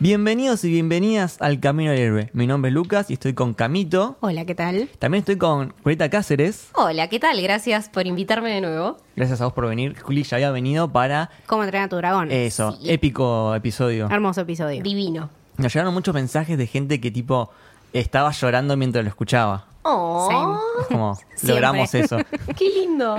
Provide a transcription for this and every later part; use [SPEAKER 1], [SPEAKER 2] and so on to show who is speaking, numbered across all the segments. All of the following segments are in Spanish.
[SPEAKER 1] Bienvenidos y bienvenidas al Camino del Héroe. Mi nombre es Lucas y estoy con Camito.
[SPEAKER 2] Hola, ¿qué tal?
[SPEAKER 1] También estoy con Julieta Cáceres.
[SPEAKER 3] Hola, ¿qué tal? Gracias por invitarme de nuevo.
[SPEAKER 1] Gracias a vos por venir. Juli ya había venido para eh,
[SPEAKER 2] ¿Cómo entrenar a tu dragón?
[SPEAKER 1] eso, épico episodio.
[SPEAKER 2] Hermoso episodio.
[SPEAKER 3] Divino.
[SPEAKER 1] Nos llegaron muchos mensajes de gente que tipo estaba llorando mientras lo escuchaba.
[SPEAKER 3] Oh,
[SPEAKER 1] Como
[SPEAKER 2] Siempre.
[SPEAKER 1] logramos eso.
[SPEAKER 3] qué lindo.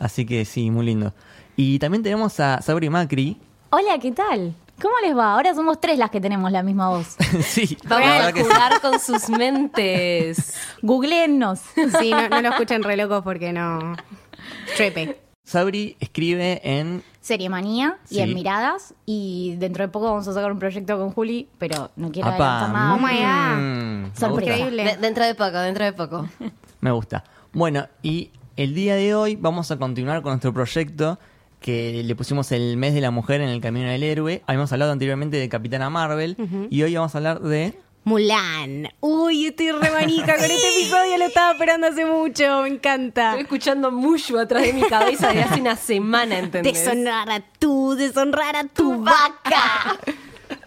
[SPEAKER 1] Así que sí, muy lindo. Y también tenemos a Sabri Macri.
[SPEAKER 4] Hola, ¿qué tal? ¿Cómo les va? Ahora somos tres las que tenemos la misma voz.
[SPEAKER 1] sí, la
[SPEAKER 3] Vamos
[SPEAKER 1] verdad
[SPEAKER 3] a
[SPEAKER 1] que sí.
[SPEAKER 3] jugar con sus mentes.
[SPEAKER 4] Googleennos.
[SPEAKER 2] Sí, no, no lo escuchan re locos porque no. Trepe.
[SPEAKER 1] Sabri escribe en
[SPEAKER 4] Serie Manía y
[SPEAKER 1] Sí.
[SPEAKER 4] en Miradas. Y dentro de poco vamos a sacar un proyecto con Juli, pero no quiero
[SPEAKER 1] Apa,
[SPEAKER 4] adelantar nada.
[SPEAKER 2] Oh my God.
[SPEAKER 1] mm, me gusta.
[SPEAKER 4] Sorpresa.
[SPEAKER 2] Increíble.
[SPEAKER 3] De- dentro de poco, dentro de poco.
[SPEAKER 1] Me gusta. Bueno, y el día de hoy vamos a continuar con nuestro proyecto que le pusimos el mes de la mujer en el camino del héroe. Habíamos hablado anteriormente de Capitana Marvel y hoy vamos a hablar de
[SPEAKER 2] Mulan. Uy, estoy re manija con este episodio, lo estaba esperando hace mucho, me encanta.
[SPEAKER 3] Estoy escuchando mucho atrás de mi cabeza de hace una semana, ¿entendés?
[SPEAKER 2] Deshonrar a tú, deshonrar a tu vaca.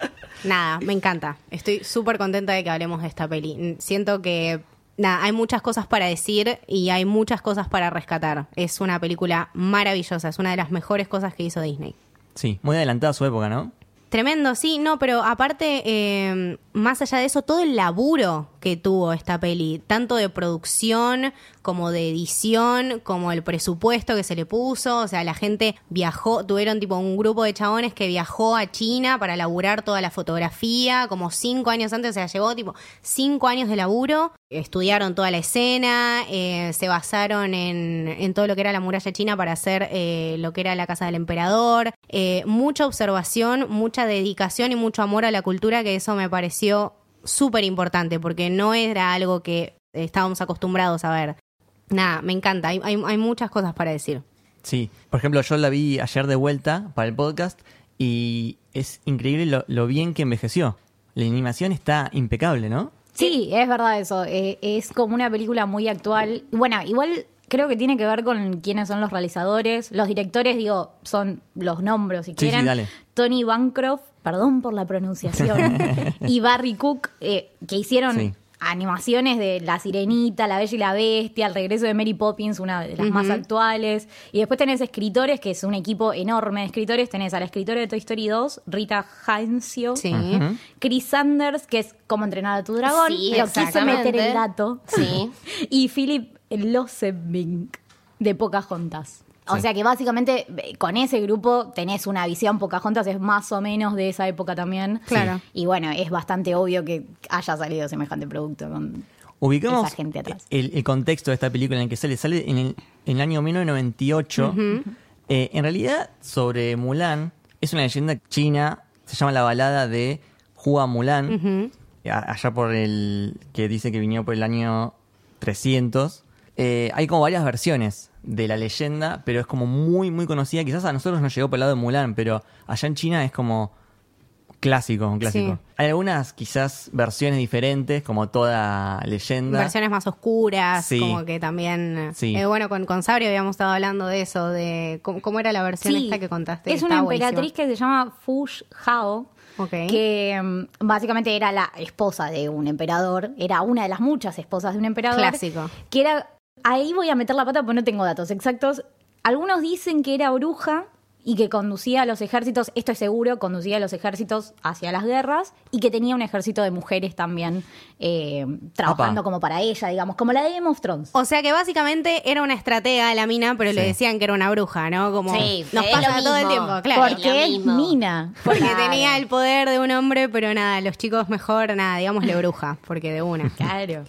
[SPEAKER 2] Nada, me encanta. Estoy súper contenta de que hablemos de esta peli. Mm, Siento que, nada, hay muchas cosas para decir y hay muchas cosas para rescatar. Es una película maravillosa, es una de las mejores cosas que hizo Disney.
[SPEAKER 1] sí, muy adelantada a su época, ¿no?
[SPEAKER 2] Tremendo, sí, no, pero aparte, eh, más allá de eso, todo el laburo que tuvo esta peli, tanto de producción como de edición, como el presupuesto que se le puso, o sea, la gente viajó, tuvieron tipo un grupo de chabones que viajó a China para laburar toda la fotografía, como cinco años antes, o sea, llevó tipo cinco años de laburo, estudiaron toda la escena, eh, se basaron en, en todo lo que era la muralla china para hacer eh, lo que era la casa del emperador, Eh, mucha observación, mucha dedicación y mucho amor a la cultura, que eso me pareció súper importante, porque no era algo que estábamos acostumbrados a ver. Nada, me encanta, hay, hay- hay muchas cosas para decir.
[SPEAKER 1] Sí, por ejemplo, yo la vi ayer de vuelta para el podcast y es increíble lo, lo bien que envejeció. La animación está impecable, ¿no?
[SPEAKER 4] Sí, es verdad eso. Eh, es como una película muy actual. Bueno, igual creo que tiene que ver con quiénes son los realizadores. Los directores, digo, son los nombres, si
[SPEAKER 1] sí,
[SPEAKER 4] quieren.
[SPEAKER 1] dale.
[SPEAKER 4] Tony Bancroft, perdón por la pronunciación, y Barry Cook, eh, que hicieron
[SPEAKER 1] Sí.
[SPEAKER 4] animaciones de La Sirenita, La Bella y la Bestia, El Regreso de Mary Poppins, una de las más actuales. Y después tenés escritores, que es un equipo enorme de escritores. Tenés a la escritora de Toy Story 2, Rita Heinzio.
[SPEAKER 2] Sí.
[SPEAKER 4] Chris Sanders, que es Cómo entrenar a tu dragón.
[SPEAKER 3] Sí,
[SPEAKER 4] Lo quise meter
[SPEAKER 3] exactamente.
[SPEAKER 4] el dato.
[SPEAKER 3] Sí.
[SPEAKER 4] y Philip Losebink, de Pocahontas. O
[SPEAKER 1] Sí.
[SPEAKER 4] sea que básicamente eh, con ese grupo tenés una visión. Pocahontas es más o menos de esa época también.
[SPEAKER 2] Claro.
[SPEAKER 4] Y bueno, es bastante obvio que haya salido semejante producto. con-
[SPEAKER 1] Ubicamos
[SPEAKER 4] Esa gente atrás.
[SPEAKER 1] El, el contexto de esta película en el que sale. Sale en el, en el año 1998. Eh, en realidad, sobre Mulan, es una leyenda china. Se llama la balada de Hua Mulan. a- Allá por el. que dice que vino por el año 300. Eh, hay como varias versiones de la leyenda, pero es como muy, muy conocida. Quizás a nosotros nos llegó por el lado de Mulan, pero allá en China es como clásico, un clásico.
[SPEAKER 2] Sí.
[SPEAKER 1] Hay algunas quizás versiones diferentes, como toda leyenda.
[SPEAKER 2] Versiones más oscuras,
[SPEAKER 1] Sí.
[SPEAKER 2] como que también...
[SPEAKER 1] Sí.
[SPEAKER 2] Eh, bueno, con, con Sabri habíamos estado hablando de eso, de cómo, cómo era la versión
[SPEAKER 4] Sí.
[SPEAKER 2] esta que contaste.
[SPEAKER 4] Es
[SPEAKER 2] que
[SPEAKER 4] una
[SPEAKER 2] estaba buenísima.
[SPEAKER 4] emperatriz que se llama Fush Hao.
[SPEAKER 2] Ok.
[SPEAKER 4] Que mm, básicamente era la esposa de un emperador, era una de las muchas esposas de un emperador.
[SPEAKER 2] Clásico.
[SPEAKER 4] Que era. Ahí voy a meter la pata porque no tengo datos exactos. Algunos dicen que era bruja y que conducía a los ejércitos, esto es seguro, conducía a los ejércitos hacia las guerras y que tenía un ejército de mujeres también eh, trabajando
[SPEAKER 1] Apa.
[SPEAKER 4] como para ella, digamos, como la de Game of Thrones.
[SPEAKER 2] O sea que básicamente era una estratega de la mina, pero le
[SPEAKER 1] Sí.
[SPEAKER 2] decían que era una bruja, ¿no? Como
[SPEAKER 3] Sí,
[SPEAKER 2] nos
[SPEAKER 3] es
[SPEAKER 2] pasa
[SPEAKER 3] lo
[SPEAKER 2] todo el
[SPEAKER 3] mismo.
[SPEAKER 2] tiempo, claro.
[SPEAKER 3] lo
[SPEAKER 4] porque es
[SPEAKER 3] mismo.
[SPEAKER 4] Mina.
[SPEAKER 2] Porque
[SPEAKER 4] Claro.
[SPEAKER 2] tenía el poder de un hombre, pero nada, los chicos mejor, nada, digámosle bruja, porque de una.
[SPEAKER 4] Claro.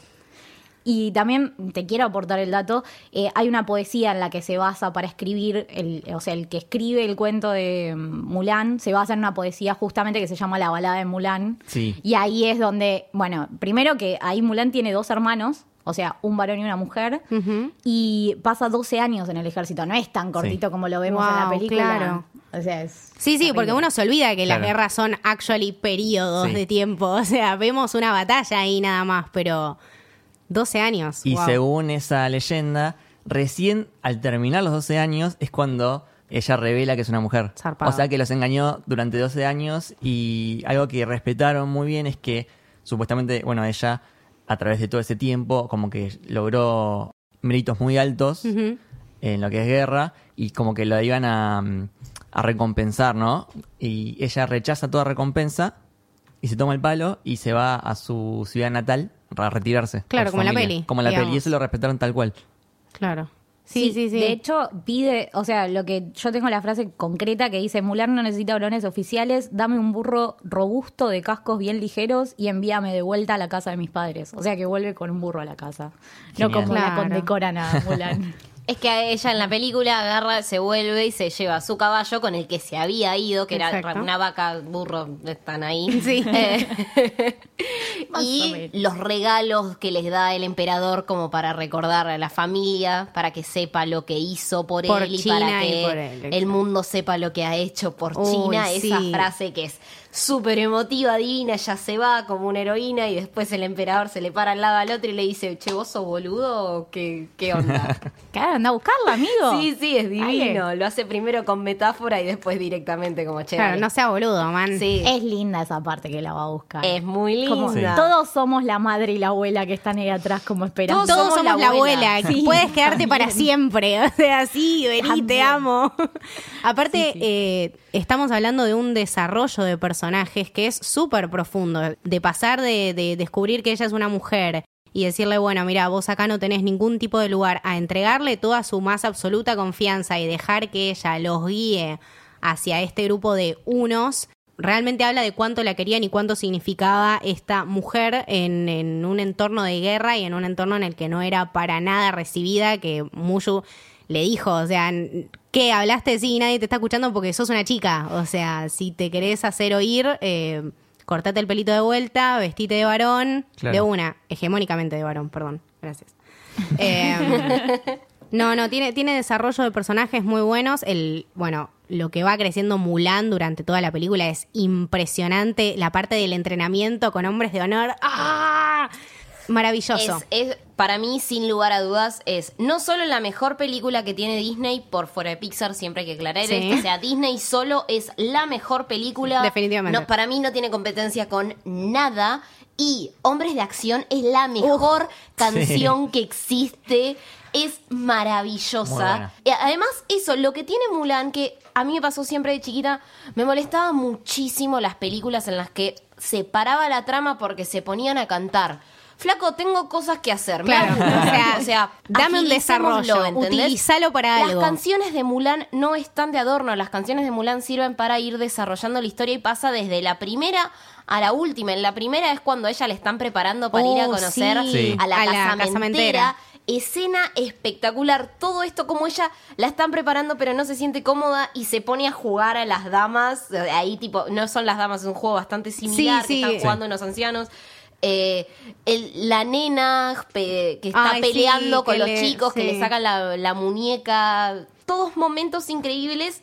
[SPEAKER 4] Y también te quiero aportar el dato, eh, hay una poesía en la que se basa para escribir, el, o sea, el que escribe el cuento de mm, Mulan se basa en una poesía justamente que se llama La balada de Mulan.
[SPEAKER 1] Sí.
[SPEAKER 4] Y ahí es donde, bueno, primero que ahí Mulan tiene dos hermanos, o sea, un varón y una mujer, y pasa 12 años en el ejército, no es tan cortito como lo vemos en la
[SPEAKER 2] Wow,
[SPEAKER 4] película.
[SPEAKER 2] claro.
[SPEAKER 4] O sea, es...
[SPEAKER 2] Sí, sí, porque uno se olvida que las
[SPEAKER 1] Claro.
[SPEAKER 2] guerras son actually periodos
[SPEAKER 1] Sí.
[SPEAKER 2] de tiempo. O sea, vemos una batalla ahí nada más, pero 12 años.
[SPEAKER 1] Y
[SPEAKER 2] wow.
[SPEAKER 1] según esa leyenda, recién al terminar los 12 años es cuando ella revela que es una mujer.
[SPEAKER 2] Zarpado.
[SPEAKER 1] O sea que los engañó durante 12 años y algo que respetaron muy bien es que supuestamente, bueno, ella a través de todo ese tiempo como que logró méritos muy altos en lo que es guerra y como que lo iban a, mm, a recompensar, ¿no? Y ella rechaza toda recompensa y se toma el palo y se va a su ciudad natal para retirarse.
[SPEAKER 2] Claro,
[SPEAKER 1] con su
[SPEAKER 2] como en la
[SPEAKER 1] familia.
[SPEAKER 2] peli,
[SPEAKER 1] Como en la peli,
[SPEAKER 2] digamos.
[SPEAKER 1] y eso lo respetaron tal cual.
[SPEAKER 2] Claro. Sí, sí, sí.
[SPEAKER 4] De hecho, pide, o sea, lo que yo tengo la frase concreta que dice, Mulan no necesita varones oficiales, dame un burro robusto de cascos bien ligeros y envíame de vuelta a la casa de mis padres. O sea, que vuelve con un burro a la casa.
[SPEAKER 1] Genial.
[SPEAKER 4] No como la
[SPEAKER 2] Claro.
[SPEAKER 4] condecoran a Mulan.
[SPEAKER 5] Es que a ella en la película agarra, se vuelve y se lleva a su caballo con el que se había ido, que
[SPEAKER 2] Exacto.
[SPEAKER 5] era una vaca, burro, están ahí.
[SPEAKER 2] Sí.
[SPEAKER 5] Eh,
[SPEAKER 4] Más o
[SPEAKER 5] y
[SPEAKER 4] menos.
[SPEAKER 5] los regalos que les da el emperador como para recordar a la familia, para que sepa lo que hizo por,
[SPEAKER 2] Por
[SPEAKER 5] él y
[SPEAKER 2] China
[SPEAKER 5] para
[SPEAKER 2] y
[SPEAKER 5] que
[SPEAKER 2] por él, exacto.
[SPEAKER 5] el mundo sepa lo que ha hecho por
[SPEAKER 2] Uy,
[SPEAKER 5] China. Esa
[SPEAKER 2] sí.
[SPEAKER 5] frase que es súper emotiva, divina, ya se va como una heroína y después el emperador se le para al lado al otro y le dice, che, vos sos boludo, o ¿qué, qué onda?
[SPEAKER 4] claro, anda a buscarla, amigo.
[SPEAKER 5] Sí, sí, es divino.
[SPEAKER 4] Dale.
[SPEAKER 5] Lo hace primero con metáfora y después directamente como che.
[SPEAKER 2] claro,
[SPEAKER 5] dale.
[SPEAKER 2] no sea boludo, man.
[SPEAKER 5] Sí.
[SPEAKER 4] Es linda esa parte que la va a buscar.
[SPEAKER 5] Es muy
[SPEAKER 4] Como
[SPEAKER 5] linda.
[SPEAKER 4] Todos somos la madre y la abuela que están ahí atrás como esperando.
[SPEAKER 2] Todos somos, la abuela. Puedes quedarte para siempre. O sea, sí, vení, te
[SPEAKER 4] También.
[SPEAKER 2] amo. Aparte, eh, estamos hablando de un desarrollo de personajes que es súper profundo. De pasar de, de descubrir que ella es una mujer y decirle, bueno, mira, vos acá no tenés ningún tipo de lugar, a entregarle toda su más absoluta confianza y dejar que ella los guíe hacia este grupo de unos. Realmente habla de cuánto la querían y cuánto significaba esta mujer en, en un entorno de guerra y en un entorno en el que no era para nada recibida, que Mushu le dijo, o sea, ¿qué hablaste? Sí, nadie te está escuchando porque sos una chica. O sea, si te querés hacer oír, eh, cortate el pelito de vuelta, vestite de varón,
[SPEAKER 1] Claro.
[SPEAKER 2] de una, hegemónicamente de varón, perdón, gracias. Eh, no, no, tiene, tiene desarrollo de personajes muy buenos. El, bueno, lo que va creciendo Mulan durante toda la película es impresionante. La parte del entrenamiento con hombres de honor. ¡Ah! Maravilloso.
[SPEAKER 5] Es, es- para mí, sin lugar a dudas, es no solo la mejor película que tiene Disney, por fuera de Pixar, siempre hay que aclarar
[SPEAKER 2] Sí.
[SPEAKER 5] esto. O sea, Disney solo es la mejor película.
[SPEAKER 2] Sí, definitivamente.
[SPEAKER 5] No, para mí no tiene competencia con nada. Y Hombres de Acción es la mejor canción que existe. Es
[SPEAKER 1] Muy
[SPEAKER 5] maravillosa.
[SPEAKER 1] buena.
[SPEAKER 5] Y Además, eso, lo que tiene Mulan, que a mí me pasó siempre de chiquita, me molestaba muchísimo las películas en las que se paraba la trama porque se ponían a cantar. Flaco, tengo cosas que hacer. me
[SPEAKER 2] Claro,
[SPEAKER 5] aburro.
[SPEAKER 2] o sea, dame un
[SPEAKER 5] agilicémoslo,
[SPEAKER 2] desarrollo,
[SPEAKER 5] ¿entendés?
[SPEAKER 2] utilizalo para algo.
[SPEAKER 5] Las canciones de Mulan no están de adorno, las canciones de Mulan sirven para ir desarrollando la historia y pasa desde la primera a la última. En la primera es cuando a ella le están preparando para
[SPEAKER 2] Oh,
[SPEAKER 5] ir a conocer
[SPEAKER 1] sí.
[SPEAKER 5] a la
[SPEAKER 2] A la
[SPEAKER 5] casamentera.
[SPEAKER 2] casamentera.
[SPEAKER 5] Escena espectacular, todo esto como ella la están preparando pero no se siente cómoda y se pone a jugar a las damas, eh, ahí tipo, no son las damas, es un juego bastante similar,
[SPEAKER 2] Sí, sí.
[SPEAKER 5] que están jugando unos ancianos. Eh, el- la nena pe- que está
[SPEAKER 2] Ay, sí,
[SPEAKER 5] peleando con
[SPEAKER 2] que
[SPEAKER 5] los
[SPEAKER 2] le-
[SPEAKER 5] chicos, que
[SPEAKER 2] sí.
[SPEAKER 5] le sacan la, la muñeca, todos momentos increíbles,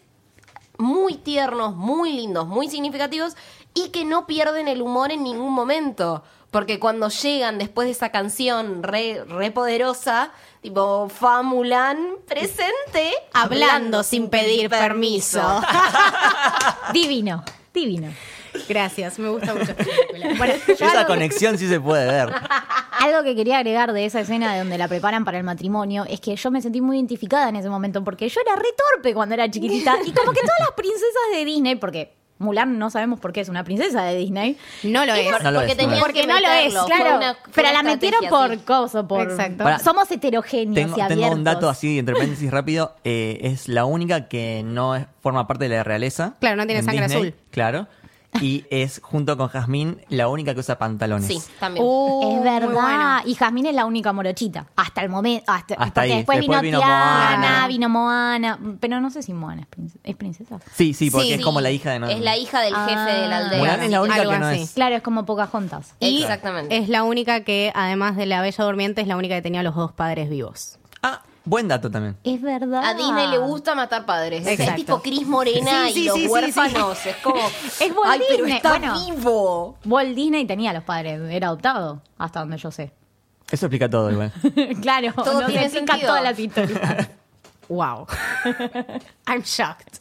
[SPEAKER 5] muy tiernos, muy lindos, muy significativos y que no pierden el humor en ningún momento. Porque cuando llegan después de esa canción re, re poderosa, tipo Fa Mulan presente,
[SPEAKER 2] Hablando sin pedir permiso.
[SPEAKER 4] Divino, divino.
[SPEAKER 2] Gracias, me gusta mucho.
[SPEAKER 4] Bueno, yo
[SPEAKER 1] Esa
[SPEAKER 4] algo-
[SPEAKER 1] conexión sí se puede ver.
[SPEAKER 4] Algo que quería agregar de esa escena de donde la preparan para el matrimonio es que yo me sentí muy identificada en ese momento porque yo era re torpe cuando era chiquitita y como que todas las princesas de Disney, porque Mulan no sabemos por qué es una princesa de Disney.
[SPEAKER 2] No lo
[SPEAKER 1] No
[SPEAKER 2] es.
[SPEAKER 1] lo es, no lo es.
[SPEAKER 5] porque no lo es,
[SPEAKER 4] claro. pero la metieron por coso, por
[SPEAKER 2] Exacto.
[SPEAKER 1] Pará,
[SPEAKER 4] somos heterogéneos
[SPEAKER 1] Tengo,
[SPEAKER 4] y abiertos.
[SPEAKER 1] tengo un dato así, entre paréntesis rápido. eh, es la única que no es- forma parte de la realeza.
[SPEAKER 2] Claro, no tiene
[SPEAKER 1] en
[SPEAKER 2] sangre azul.
[SPEAKER 1] Claro. Y es, junto con Jazmín, la única que usa pantalones.
[SPEAKER 5] Sí, también.
[SPEAKER 2] Uh,
[SPEAKER 4] Es verdad.
[SPEAKER 2] muy bueno.
[SPEAKER 4] Y Jazmín es la única morochita. Hasta el momento. Hasta,
[SPEAKER 1] Hasta
[SPEAKER 4] porque
[SPEAKER 1] ahí.
[SPEAKER 4] después,
[SPEAKER 1] Después
[SPEAKER 4] vino,
[SPEAKER 1] vino
[SPEAKER 4] Tiana,
[SPEAKER 1] Moana.
[SPEAKER 4] vino Moana. Pero no sé si Moana es prince- es princesa.
[SPEAKER 1] Sí, sí, porque
[SPEAKER 2] Sí.
[SPEAKER 1] es como la hija de... no-
[SPEAKER 5] Es la hija del
[SPEAKER 4] Ah.
[SPEAKER 5] jefe de la aldea.
[SPEAKER 1] Mulan es la única
[SPEAKER 2] Algo
[SPEAKER 1] que no
[SPEAKER 2] así.
[SPEAKER 1] es.
[SPEAKER 4] Claro, es como Pocahontas.
[SPEAKER 2] Y
[SPEAKER 5] Exactamente.
[SPEAKER 2] Es la única que, además de la Bella Durmiente, es la única que tenía los dos padres vivos.
[SPEAKER 1] Ah, buen dato también.
[SPEAKER 4] Es verdad.
[SPEAKER 5] A Disney le gusta matar padres. Es
[SPEAKER 2] Exacto.
[SPEAKER 5] tipo Cris Morena
[SPEAKER 2] Sí, sí,
[SPEAKER 5] y los
[SPEAKER 2] sí, sí,
[SPEAKER 5] huérfanos. Es como.
[SPEAKER 4] Es Walt
[SPEAKER 5] Ay, pero
[SPEAKER 4] Disney".
[SPEAKER 5] está
[SPEAKER 4] Bueno.
[SPEAKER 5] vivo.
[SPEAKER 4] Walt Disney tenía los padres, era adoptado, hasta donde yo sé.
[SPEAKER 1] Eso explica todo igual.
[SPEAKER 4] claro,
[SPEAKER 5] Todo
[SPEAKER 4] no
[SPEAKER 5] tiene
[SPEAKER 4] se explica
[SPEAKER 5] sentido.
[SPEAKER 4] todas las historias.
[SPEAKER 2] wow. I'm shocked.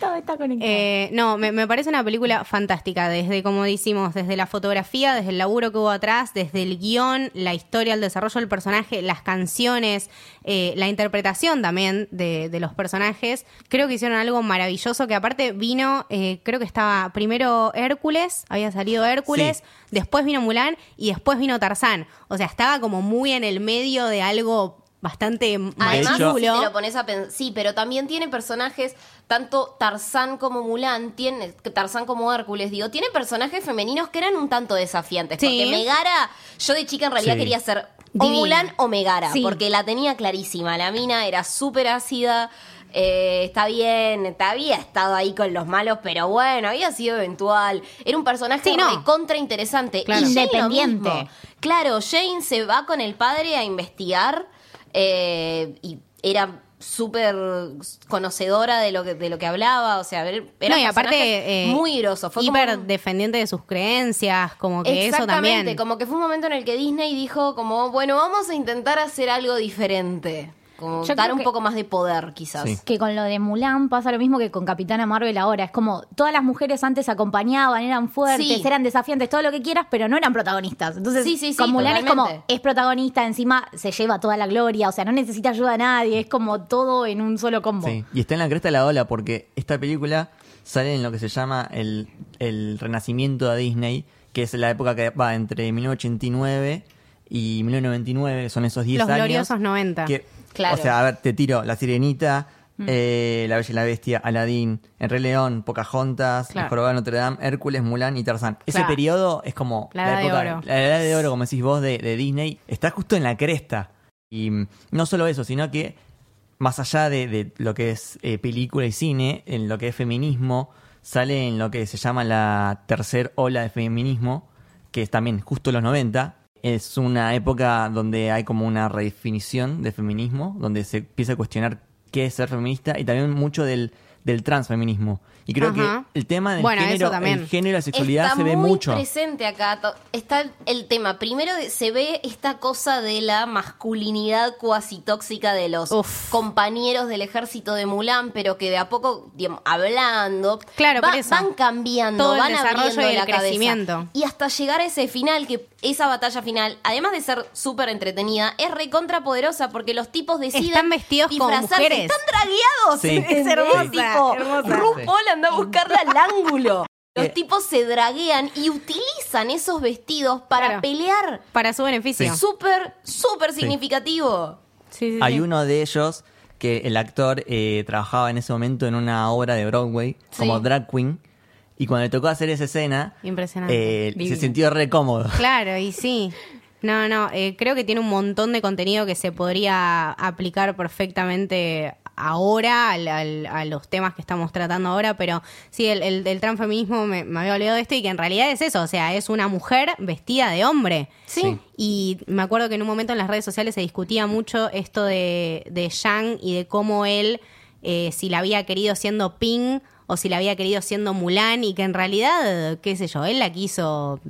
[SPEAKER 4] Todo está conectado.
[SPEAKER 2] Eh, no, me, me parece una película fantástica, desde como decimos, desde la fotografía, desde el laburo que hubo atrás, desde el guión, la historia, el desarrollo del personaje, las canciones, eh, la interpretación también de, de los personajes. Creo que hicieron algo maravilloso que aparte vino, eh, creo que estaba primero Hércules, había salido Hércules,
[SPEAKER 1] Sí.
[SPEAKER 2] después vino Mulan y después vino Tarzán. O sea, estaba como muy en el medio de algo bastante
[SPEAKER 5] Además,
[SPEAKER 1] hecho-
[SPEAKER 5] si te
[SPEAKER 2] malévolo.
[SPEAKER 5] lo pones a pensar. Sí, pero también tiene personajes, tanto Tarzán como Mulan, tiene, Tarzán como Hércules, digo, tiene personajes femeninos que eran un tanto desafiantes.
[SPEAKER 2] Sí.
[SPEAKER 5] Porque Megara, yo de chica en realidad
[SPEAKER 1] Sí.
[SPEAKER 5] quería ser o
[SPEAKER 2] Divina.
[SPEAKER 5] Mulan o Megara,
[SPEAKER 4] Sí.
[SPEAKER 5] porque la tenía clarísima. La mina era súper ácida. eh, está bien, está- había estado ahí con los malos, pero bueno, había sido eventual. Era un personaje
[SPEAKER 2] Sí, no.
[SPEAKER 5] contra interesante.
[SPEAKER 2] Claro.
[SPEAKER 5] Eh, Y Jane lo
[SPEAKER 4] Independiente.
[SPEAKER 5] mismo. Claro, Jane se va con el padre a investigar eh, y era súper conocedora de lo que de lo que hablaba, o sea, era
[SPEAKER 2] no, y aparte,
[SPEAKER 5] personajes
[SPEAKER 2] eh,
[SPEAKER 5] muy groso, fue como
[SPEAKER 2] hiper
[SPEAKER 5] un-
[SPEAKER 2] dependiente de sus creencias, como que eso
[SPEAKER 5] exactamente,
[SPEAKER 2] también.
[SPEAKER 5] como que fue un momento en el que Disney dijo como, bueno, vamos a intentar hacer algo diferente, como
[SPEAKER 4] Yo
[SPEAKER 5] dar
[SPEAKER 4] creo
[SPEAKER 5] un
[SPEAKER 4] que-
[SPEAKER 5] poco más de poder quizás.
[SPEAKER 1] Sí.
[SPEAKER 4] que con lo de Mulan pasa lo mismo que con Capitana Marvel ahora. Es como todas las mujeres antes acompañaban, eran fuertes,
[SPEAKER 5] Sí.
[SPEAKER 4] eran desafiantes, todo lo que quieras, pero no eran protagonistas. Entonces,
[SPEAKER 5] Sí, sí, sí,
[SPEAKER 4] con Mulan es como
[SPEAKER 5] totalmente.
[SPEAKER 4] es protagonista, encima se lleva toda la gloria, o sea, no necesita ayuda a nadie, es como todo en un solo combo.
[SPEAKER 1] Sí, y está en la cresta de la ola porque esta película sale en lo que se llama el, el renacimiento de Disney, que es la época que va entre 1989 y 1999, que son esos 10
[SPEAKER 2] Los
[SPEAKER 1] años.
[SPEAKER 2] gloriosos 90.
[SPEAKER 1] que-
[SPEAKER 5] Claro.
[SPEAKER 1] O sea, a ver, te tiro La Sirenita,
[SPEAKER 2] Mm.
[SPEAKER 1] eh, La Bella y la Bestia, Aladdin, El Rey León, Pocahontas,
[SPEAKER 2] Claro.
[SPEAKER 1] El Jorobado de Notre Dame, Hércules, Mulán y Tarzán. Ese
[SPEAKER 2] Claro.
[SPEAKER 1] periodo es como
[SPEAKER 2] La edad de
[SPEAKER 1] época-
[SPEAKER 2] oro.
[SPEAKER 1] la edad de oro, como decís vos, de, de Disney, está justo en la cresta. Y mm, no solo eso, sino que más allá de, de lo que es eh, película y cine, en lo que es feminismo, sale en lo que se llama la tercer ola de feminismo, que es también justo los 90. Es una época donde hay como una redefinición de feminismo, donde se empieza a cuestionar qué es ser feminista y también mucho del, del transfeminismo. Y creo
[SPEAKER 2] Ajá.
[SPEAKER 1] que el tema del
[SPEAKER 2] Bueno, eso
[SPEAKER 1] género,
[SPEAKER 2] también.
[SPEAKER 1] el género y la sexualidad
[SPEAKER 5] está
[SPEAKER 1] se ve
[SPEAKER 5] muy
[SPEAKER 1] mucho.
[SPEAKER 5] presente acá. to- Está el tema. Primero de- se ve esta cosa de la masculinidad cuasi tóxica de los
[SPEAKER 2] Uf.
[SPEAKER 5] compañeros del ejército de Mulan, pero que de a poco, digamos, hablando,
[SPEAKER 2] Claro,
[SPEAKER 5] va-
[SPEAKER 2] por eso.
[SPEAKER 5] van cambiando,
[SPEAKER 2] Todo el
[SPEAKER 5] van
[SPEAKER 2] desarrollo
[SPEAKER 5] abriendo
[SPEAKER 2] y el
[SPEAKER 5] la cabeza.
[SPEAKER 2] crecimiento.
[SPEAKER 5] Y hasta llegar a ese final, que esa batalla final, además de ser súper entretenida, es recontra poderosa porque los tipos deciden
[SPEAKER 2] Están vestidos como
[SPEAKER 5] disfrazarse,
[SPEAKER 2] mujeres.
[SPEAKER 5] están dragueados.
[SPEAKER 1] Sí.
[SPEAKER 5] ¿entendés?
[SPEAKER 2] Es hermosa,
[SPEAKER 5] Tipo,
[SPEAKER 2] hermosa.
[SPEAKER 5] RuPaul anda a buscarla al ángulo. Los tipos se draguean y utilizan esos vestidos para
[SPEAKER 2] Claro.
[SPEAKER 5] pelear.
[SPEAKER 2] Para su beneficio.
[SPEAKER 1] Sí.
[SPEAKER 5] Súper, súper significativo.
[SPEAKER 1] Hay uno de ellos que el actor eh, trabajaba en ese momento en una obra de Broadway como drag queen. Y cuando le tocó hacer esa escena,
[SPEAKER 2] Impresionante.
[SPEAKER 1] eh, se
[SPEAKER 4] Divino.
[SPEAKER 1] sintió re cómodo.
[SPEAKER 2] Claro, y sí. No, no, eh, creo que tiene un montón de contenido que se podría aplicar perfectamente ahora al- al- a los temas que estamos tratando ahora, pero sí, el, el, el transfeminismo me, me había olvidado de esto y que en realidad es eso, o sea, es una mujer vestida de hombre.
[SPEAKER 1] Sí.
[SPEAKER 2] Y me acuerdo que en un momento en las redes sociales se discutía mucho esto de, de Yang y de cómo él, eh, si la había querido siendo Ping o si la había querido siendo Mulan y que en realidad, qué sé yo, él la quiso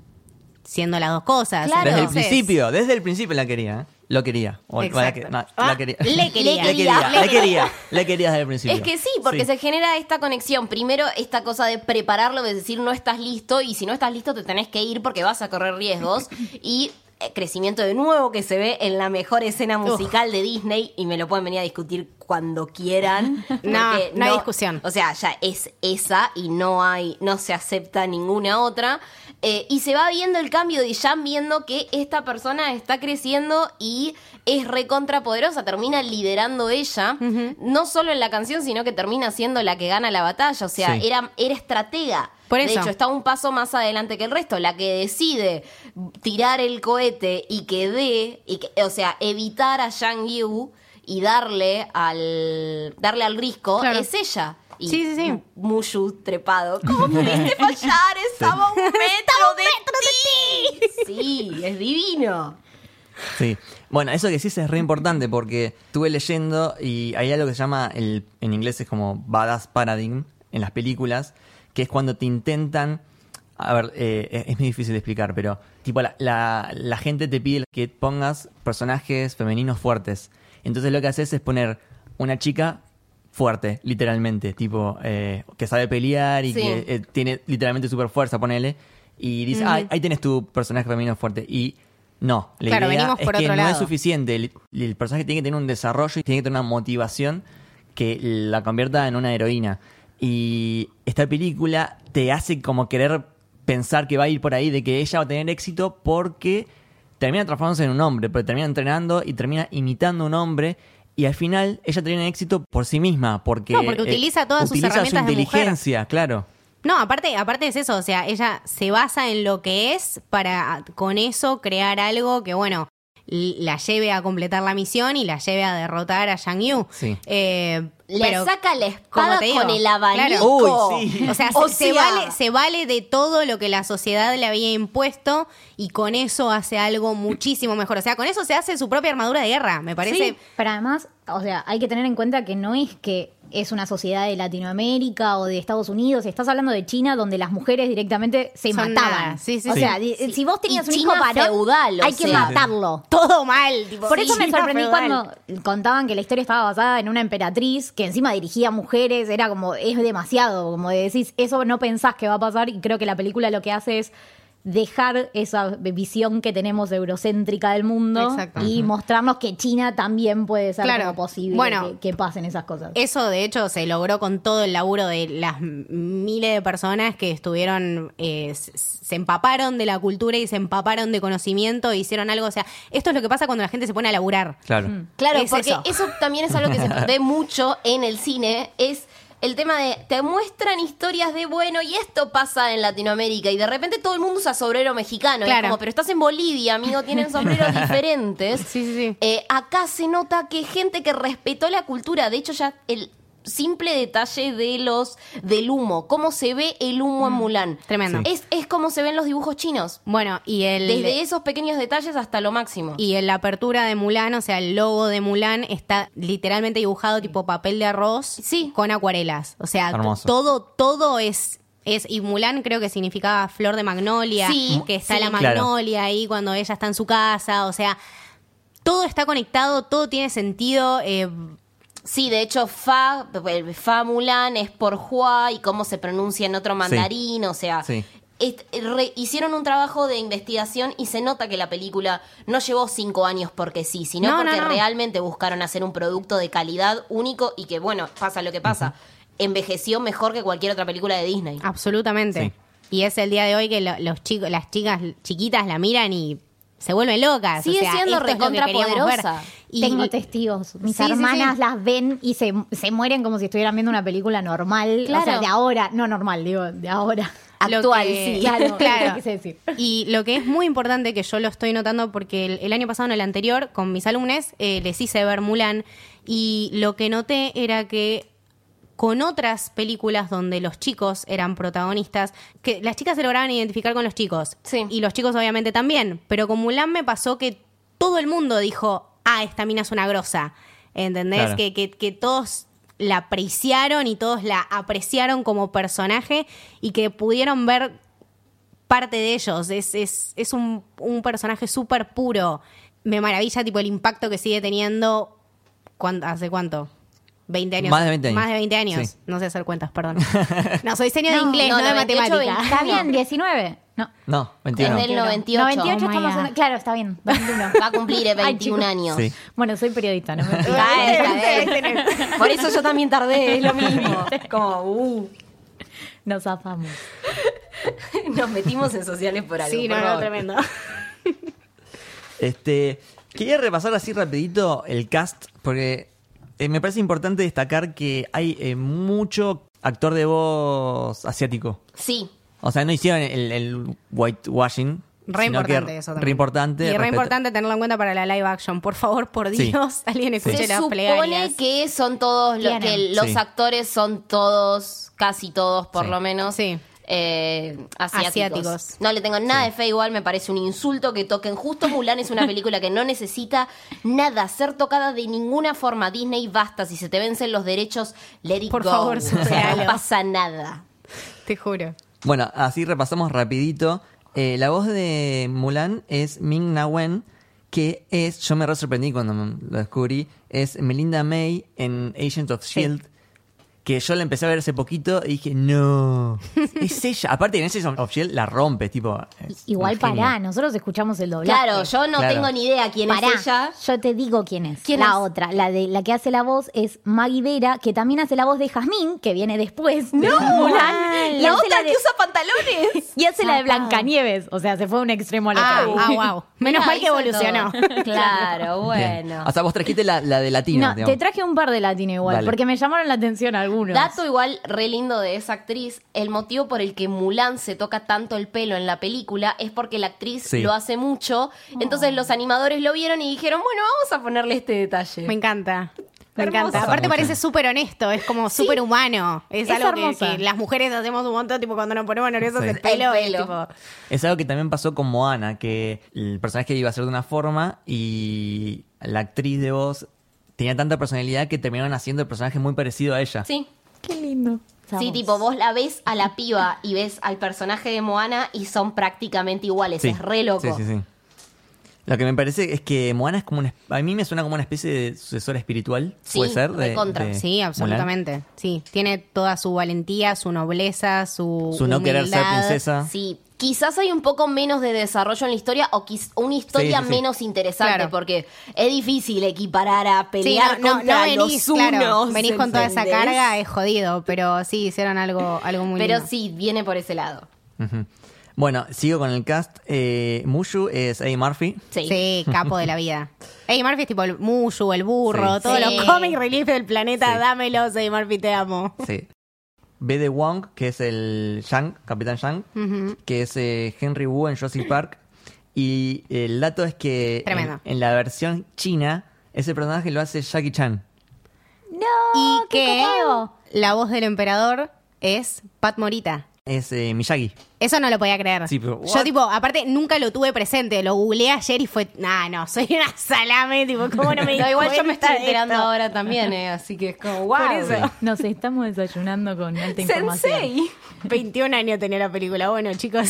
[SPEAKER 2] siendo las dos cosas.
[SPEAKER 5] Claro.
[SPEAKER 1] Desde el
[SPEAKER 2] Entonces,
[SPEAKER 1] principio, desde el principio la quería. ¿eh? Lo quería. O- o la
[SPEAKER 2] Exacto.
[SPEAKER 1] que- no,
[SPEAKER 2] Ah,
[SPEAKER 1] la quería.
[SPEAKER 2] le quería.
[SPEAKER 1] Le quería.
[SPEAKER 5] Le
[SPEAKER 1] Le quería. Le quería desde el principio.
[SPEAKER 5] Es que sí, porque se genera esta conexión. Primero, esta cosa de prepararlo, de decir no estás listo, y si no estás listo, te tenés que ir porque vas a correr riesgos. Y eh, crecimiento de nuevo que se ve en la mejor escena musical de Disney, y me lo pueden venir a discutir cuando quieran. porque
[SPEAKER 2] no hay discusión.
[SPEAKER 5] O sea, ya es esa y no hay, no se acepta ninguna otra. Eh, y se va viendo el cambio de Jan viendo que esta persona está creciendo y es recontrapoderosa, termina liderando ella, no solo en la canción, sino que termina siendo la que gana la batalla. O sea,
[SPEAKER 1] Sí.
[SPEAKER 5] era, era estratega.
[SPEAKER 2] Por
[SPEAKER 5] De
[SPEAKER 2] eso.
[SPEAKER 5] hecho, está un paso más adelante que el resto. La que decide tirar el cohete y que dé, y que- o sea, evitar a Yang Yu y darle al darle al risco
[SPEAKER 2] Claro.
[SPEAKER 5] es ella. Y
[SPEAKER 2] Sí, sí, sí.
[SPEAKER 5] M- Mushu trepado. ¿Cómo pudiste fallar? Estaba a un metro de ti. Sí, es divino.
[SPEAKER 1] Sí. Bueno, eso que decís es re importante porque estuve leyendo y hay algo que se llama, el, en inglés es como badass paradigm en las películas, que es cuando te intentan. A ver, eh, es, es muy difícil de explicar, pero tipo la, la- la gente te pide que pongas personajes femeninos fuertes. Entonces lo que haces es poner una chica fuerte, literalmente, tipo, eh, que sabe pelear y
[SPEAKER 5] Sí.
[SPEAKER 1] que eh, tiene literalmente super fuerza, ponele, y dice, "Ah, ahí tienes tu personaje femenino fuerte. Y no, la
[SPEAKER 2] Claro,
[SPEAKER 1] idea
[SPEAKER 2] venimos
[SPEAKER 1] es
[SPEAKER 2] por
[SPEAKER 1] que
[SPEAKER 2] otro
[SPEAKER 1] no es
[SPEAKER 2] lado.
[SPEAKER 1] suficiente. El, el personaje tiene que tener un desarrollo y tiene que tener una motivación que la convierta en una heroína. Y esta película te hace como querer pensar que va a ir por ahí, de que ella va a tener éxito porque termina transformándose en un hombre, pero termina entrenando y termina imitando a un hombre. Y al final ella tiene éxito por sí misma, porque, eh,
[SPEAKER 2] No, porque utiliza todas sus
[SPEAKER 1] utiliza
[SPEAKER 2] herramientas
[SPEAKER 1] su
[SPEAKER 2] de mujer.
[SPEAKER 1] inteligencia, claro.
[SPEAKER 2] No, aparte, aparte es eso, o sea, ella se basa en lo que es para con eso crear algo que, bueno, l- la lleve a completar la misión y la lleve a derrotar a Shang Yu.
[SPEAKER 1] Sí.
[SPEAKER 2] Eh,
[SPEAKER 5] Le
[SPEAKER 2] pero,
[SPEAKER 5] saca la
[SPEAKER 2] como
[SPEAKER 5] espada
[SPEAKER 2] te digo,
[SPEAKER 5] con el abanico.
[SPEAKER 1] claro. Uy, sí.
[SPEAKER 2] O sea, se, se vale, se vale de todo lo que la sociedad le había impuesto y con eso hace algo muchísimo mejor. O sea, con eso se hace su propia armadura de guerra, me parece.
[SPEAKER 4] Sí, pero además, o sea, hay que tener en cuenta que no es que es una sociedad de Latinoamérica o de Estados Unidos, estás hablando de China donde las mujeres directamente se
[SPEAKER 2] Son nada.
[SPEAKER 4] mataban.
[SPEAKER 2] Sí, sí,
[SPEAKER 4] o
[SPEAKER 2] sí.
[SPEAKER 4] sea, di- si vos tenías
[SPEAKER 5] Y
[SPEAKER 4] un
[SPEAKER 5] China
[SPEAKER 4] hijo varón,
[SPEAKER 5] feudal, o
[SPEAKER 4] hay que
[SPEAKER 5] sea.
[SPEAKER 4] matarlo.
[SPEAKER 2] Todo mal. tipo,
[SPEAKER 4] Por eso
[SPEAKER 2] sí,
[SPEAKER 4] me
[SPEAKER 2] no,
[SPEAKER 4] sorprendí
[SPEAKER 2] feudal.
[SPEAKER 4] cuando contaban que la historia estaba basada en una emperatriz que encima dirigía mujeres, era como, es demasiado, como de decís, eso no pensás que va a pasar y creo que la película lo que hace es dejar esa visión que tenemos eurocéntrica del mundo
[SPEAKER 2] Exacto.
[SPEAKER 4] y mostrarnos que China también puede ser
[SPEAKER 2] Claro.
[SPEAKER 4] como posible
[SPEAKER 2] Bueno. Eh,
[SPEAKER 4] que, que pasen esas cosas.
[SPEAKER 2] Eso, de hecho, se logró con todo el laburo de las m- miles de personas que estuvieron, eh, s- se empaparon de la cultura y se empaparon de conocimiento e hicieron algo. O sea, esto es lo que pasa cuando la gente se pone a laburar.
[SPEAKER 1] Claro.
[SPEAKER 5] Claro,
[SPEAKER 2] Es
[SPEAKER 5] porque
[SPEAKER 2] eso.
[SPEAKER 5] eso. también es algo que se ve mucho en el cine, es el tema de te muestran historias de bueno y esto pasa en Latinoamérica y de repente todo el mundo usa sombrero mexicano, Y es
[SPEAKER 2] Claro.
[SPEAKER 5] como, pero estás en Bolivia, amigo, tienen sombreros diferentes.
[SPEAKER 2] Sí, sí, sí.
[SPEAKER 5] Eh, acá se nota que gente que respetó la cultura, de hecho ya el simple detalle de los del humo, cómo se ve el humo en Mulan.
[SPEAKER 2] Mm. Tremendo.
[SPEAKER 5] Es, es como se ven los dibujos chinos.
[SPEAKER 2] Bueno, y el...
[SPEAKER 5] Desde esos pequeños detalles hasta lo máximo.
[SPEAKER 2] Y en la apertura de Mulan, o sea, el logo de Mulan está literalmente dibujado tipo papel de arroz
[SPEAKER 5] Sí.
[SPEAKER 2] con acuarelas. O sea, t-
[SPEAKER 1] Hermoso.
[SPEAKER 2] todo, todo es, es. Y Mulan creo que significaba flor de magnolia,
[SPEAKER 5] Sí,
[SPEAKER 2] que está
[SPEAKER 5] sí.
[SPEAKER 2] la
[SPEAKER 1] Claro.
[SPEAKER 2] magnolia ahí cuando ella está en su casa. O sea, todo está conectado, todo tiene sentido. eh,
[SPEAKER 5] Sí, de hecho, Fa, el Fa Mulan es por Hua y cómo se pronuncia en otro mandarín, o sea.
[SPEAKER 1] Sí.
[SPEAKER 5] es- re- hicieron un trabajo de investigación y se nota que la película no llevó cinco años porque sí, sino
[SPEAKER 2] No, no,
[SPEAKER 5] porque
[SPEAKER 2] no.
[SPEAKER 5] realmente buscaron hacer un producto de calidad único y que, bueno, pasa lo que pasa. Envejeció mejor que cualquier otra película de Disney.
[SPEAKER 2] absolutamente.
[SPEAKER 1] Sí.
[SPEAKER 2] Y es el día de hoy que lo- los chicos, las chicas chiquitas la miran y se vuelven locas.
[SPEAKER 5] Sigue
[SPEAKER 2] o sea,
[SPEAKER 5] siendo
[SPEAKER 2] esto es lo que queríamos ver.
[SPEAKER 5] recontrapoderosa.
[SPEAKER 2] Y-
[SPEAKER 4] Tengo testigos. Mis
[SPEAKER 5] Sí, sí,
[SPEAKER 4] hermanas
[SPEAKER 5] sí.
[SPEAKER 4] las ven y se, se mueren como si estuvieran viendo una película normal. O sea,
[SPEAKER 5] Claro.
[SPEAKER 4] de ahora. No normal, digo, de ahora.
[SPEAKER 2] Ah, Lo
[SPEAKER 5] Actual,
[SPEAKER 2] que-
[SPEAKER 5] sí.
[SPEAKER 4] Claro,
[SPEAKER 2] Claro.
[SPEAKER 4] lo quise decir.
[SPEAKER 2] Y lo que es muy importante, que yo lo estoy notando porque el, el año pasado, en el anterior, con mis alumnos, eh, les hice ver Mulan. Y lo que noté era que con otras películas donde los chicos eran protagonistas, que las chicas se lograban identificar con los chicos.
[SPEAKER 5] Sí.
[SPEAKER 2] Y los chicos obviamente también. Pero con Mulan me pasó que todo el mundo dijo, ah, esta mina es una grosa. ¿Entendés?
[SPEAKER 1] Claro.
[SPEAKER 2] Que, que- que todos la apreciaron y todos la apreciaron como personaje y que pudieron ver parte de ellos. Es, es, es un, un personaje súper puro. Me maravilla tipo el impacto que sigue teniendo. ¿cuán- ¿Hace cuánto? 20 años.
[SPEAKER 1] Más de 20 años.
[SPEAKER 2] Más de 20 años.
[SPEAKER 1] Sí.
[SPEAKER 2] No sé hacer cuentas, perdón. No, soy señora de inglés, no,
[SPEAKER 5] no,
[SPEAKER 2] de
[SPEAKER 5] 98,
[SPEAKER 2] matemática.
[SPEAKER 5] 20.
[SPEAKER 4] Está bien, 19. No.
[SPEAKER 1] No, mentira.
[SPEAKER 5] Desde el 98.
[SPEAKER 4] 98
[SPEAKER 2] Oh my
[SPEAKER 4] estamos
[SPEAKER 2] God.
[SPEAKER 4] en- Claro, está bien. 21.
[SPEAKER 5] Va a cumplir eh, 21
[SPEAKER 4] Ay,
[SPEAKER 5] años.
[SPEAKER 1] Sí.
[SPEAKER 4] Bueno, soy periodista, no me
[SPEAKER 5] Ah, está bien.
[SPEAKER 3] Por eso yo también tardé, es lo mismo. Como, uh,
[SPEAKER 4] Nos zafamos.
[SPEAKER 5] Nos metimos en sociales por algo.
[SPEAKER 2] Sí, no,
[SPEAKER 5] por
[SPEAKER 2] no,
[SPEAKER 5] favor.
[SPEAKER 2] tremendo.
[SPEAKER 1] Este, quería repasar así rapidito el cast, porque eh, me parece importante destacar que hay eh, mucho actor de voz asiático.
[SPEAKER 5] Sí.
[SPEAKER 1] O sea, no hicieron el, el whitewashing.
[SPEAKER 2] Re
[SPEAKER 1] sino que
[SPEAKER 2] importante eso también.
[SPEAKER 1] Re importante.
[SPEAKER 2] Y re
[SPEAKER 1] respeta-
[SPEAKER 2] importante tenerlo en cuenta para la live action. Por favor, por
[SPEAKER 1] Sí.
[SPEAKER 2] Dios, alguien escuche
[SPEAKER 5] Se
[SPEAKER 2] las
[SPEAKER 5] supone
[SPEAKER 2] plegarias.
[SPEAKER 5] que son todos lo- que
[SPEAKER 4] Tienen.
[SPEAKER 5] los
[SPEAKER 1] Sí.
[SPEAKER 5] actores son todos, casi todos por
[SPEAKER 1] Sí.
[SPEAKER 5] lo menos,
[SPEAKER 2] Sí.
[SPEAKER 5] eh, asiáticos.
[SPEAKER 2] Asiáticos.
[SPEAKER 5] No le tengo nada de fe igual, me parece un insulto que toquen. Justo Mulan es una película que no necesita nada, ser tocada de ninguna forma. Disney basta, si se te vencen los derechos, let it
[SPEAKER 2] Por
[SPEAKER 5] go.
[SPEAKER 2] favor,
[SPEAKER 5] O sea,
[SPEAKER 2] superalo.
[SPEAKER 5] no pasa nada.
[SPEAKER 2] Te juro.
[SPEAKER 1] Bueno, así repasamos rapidito. Eh, la voz de Mulan es Ming Na Wen, que es, yo me re sorprendí cuando me- lo descubrí, es Melinda May en Agents of S.H.I.E.L.D., E que yo la empecé a ver hace poquito y dije, no, es ella. Aparte, en Agents of S.H.I.E.L.D. E la rompe, tipo... es
[SPEAKER 4] Igual
[SPEAKER 1] una genia.
[SPEAKER 4] pará, nosotros escuchamos el doblaje.
[SPEAKER 5] Claro, yo no
[SPEAKER 1] Claro.
[SPEAKER 5] tengo ni idea quién
[SPEAKER 4] Pará,
[SPEAKER 5] es ella.
[SPEAKER 4] yo te digo quién es.
[SPEAKER 5] ¿Quién
[SPEAKER 4] la
[SPEAKER 5] es?
[SPEAKER 4] otra, la de la que hace la voz es Maggie Vera, que también hace la voz de Jazmín, que viene después. de Mulan, y
[SPEAKER 5] La
[SPEAKER 4] hace
[SPEAKER 5] otra
[SPEAKER 4] de-
[SPEAKER 5] que usa pantalones.
[SPEAKER 4] y hace la de Blancanieves, o sea, se fue de un extremo al otro.
[SPEAKER 2] Ah, ah, wow. Menos
[SPEAKER 5] Mira,
[SPEAKER 2] mal que
[SPEAKER 5] hizo
[SPEAKER 2] evolucionó.
[SPEAKER 5] todo. Claro,
[SPEAKER 1] Bien.
[SPEAKER 5] bueno.
[SPEAKER 1] O sea, vos trajiste la, la de latino,
[SPEAKER 4] No,
[SPEAKER 5] ah.
[SPEAKER 1] digamos.
[SPEAKER 4] te traje un par de latino igual,
[SPEAKER 1] Dale.
[SPEAKER 4] porque me llamaron la atención algunos.
[SPEAKER 5] Dato igual re lindo de esa actriz, el motivo por el que Mulan se toca tanto el pelo en la película es porque la actriz
[SPEAKER 1] Sí.
[SPEAKER 5] lo hace mucho, entonces los animadores lo vieron y dijeron, bueno, vamos a ponerle este detalle.
[SPEAKER 2] Me encanta. Me
[SPEAKER 5] Hermoso.
[SPEAKER 2] encanta.
[SPEAKER 1] Pasa
[SPEAKER 2] Aparte
[SPEAKER 1] mucho.
[SPEAKER 2] parece súper honesto, es como súper humano. Es,
[SPEAKER 4] Es
[SPEAKER 2] algo que-
[SPEAKER 4] hermosa.
[SPEAKER 2] que, las mujeres hacemos un montón, tipo cuando nos ponemos nerviosos
[SPEAKER 1] Sí.
[SPEAKER 2] el pelo,
[SPEAKER 5] El
[SPEAKER 2] es
[SPEAKER 5] pelo.
[SPEAKER 2] tipo-
[SPEAKER 1] Es algo que también pasó con Moana, que el personaje iba a ser de una forma y la actriz de voz tenía tanta personalidad que terminaron haciendo el personaje muy parecido a ella.
[SPEAKER 5] Sí.
[SPEAKER 4] Qué lindo.
[SPEAKER 5] Sí, tipo, vos la ves a la piba y ves al personaje de Moana y son prácticamente iguales.
[SPEAKER 1] Sí.
[SPEAKER 5] Es re loco.
[SPEAKER 1] Sí, sí, sí. Lo que me parece es que Moana es como una... A mí me suena como una especie de sucesora espiritual,
[SPEAKER 5] Sí,
[SPEAKER 1] puede ser. De,
[SPEAKER 5] recontra.
[SPEAKER 1] de
[SPEAKER 2] Sí,
[SPEAKER 1] Mulan.
[SPEAKER 2] absolutamente. Sí, tiene toda su valentía, su nobleza, su
[SPEAKER 1] Su no querer ser
[SPEAKER 2] humildad.
[SPEAKER 1] princesa.
[SPEAKER 5] Sí, quizás hay un poco menos de desarrollo en la historia o quiz- una historia
[SPEAKER 1] Sí, sí, sí.
[SPEAKER 5] menos interesante
[SPEAKER 2] Claro.
[SPEAKER 5] porque es difícil equiparar a
[SPEAKER 2] Sí,
[SPEAKER 5] pelear
[SPEAKER 2] no, no, no
[SPEAKER 5] contra
[SPEAKER 2] venís,
[SPEAKER 5] los unos.
[SPEAKER 2] claro, venís con toda esa
[SPEAKER 5] ¿entendés?
[SPEAKER 2] carga, es jodido, pero sí hicieron algo, algo muy
[SPEAKER 5] Pero
[SPEAKER 2] lindo.
[SPEAKER 5] sí, viene por ese lado.
[SPEAKER 1] Ujú. Bueno, sigo con el cast. Eh, Mushu es Eddie Murphy.
[SPEAKER 5] Sí.
[SPEAKER 2] Sí, capo de la vida. Eddie Murphy es tipo el Mushu, el burro,
[SPEAKER 1] Sí.
[SPEAKER 2] todos
[SPEAKER 5] Sí.
[SPEAKER 2] los comic relief del planeta,
[SPEAKER 1] Sí.
[SPEAKER 2] dámelos, Eddie Murphy, te amo.
[SPEAKER 1] Sí. B.D. Wong, que es el Shang, Capitán Shang, que es eh, Henry Wu en Jurassic Park. Y el dato es que en-
[SPEAKER 2] Tremendo.
[SPEAKER 1] En, la versión china, ese personaje lo hace Jackie Chan.
[SPEAKER 4] No,
[SPEAKER 2] y
[SPEAKER 4] qué
[SPEAKER 2] que
[SPEAKER 4] copado.
[SPEAKER 2] la voz del emperador es Pat Morita.
[SPEAKER 1] Es eh, Miyagi.
[SPEAKER 2] Eso no lo podía creer.
[SPEAKER 1] Sí, pero,
[SPEAKER 2] Yo
[SPEAKER 1] ¿what?
[SPEAKER 2] tipo, aparte nunca lo tuve presente, lo googleé ayer y fue, ah, no, soy una salame, tipo, ¿cómo no me di
[SPEAKER 5] No, igual
[SPEAKER 2] cuenta
[SPEAKER 5] yo me estoy
[SPEAKER 2] de
[SPEAKER 5] enterando
[SPEAKER 2] esto?
[SPEAKER 5] ahora también, eh, así que es como, wow.
[SPEAKER 2] Por eso.
[SPEAKER 4] Nos estamos desayunando con alta información.
[SPEAKER 5] Sensei.
[SPEAKER 2] 21 años tenía la película, bueno, chicos.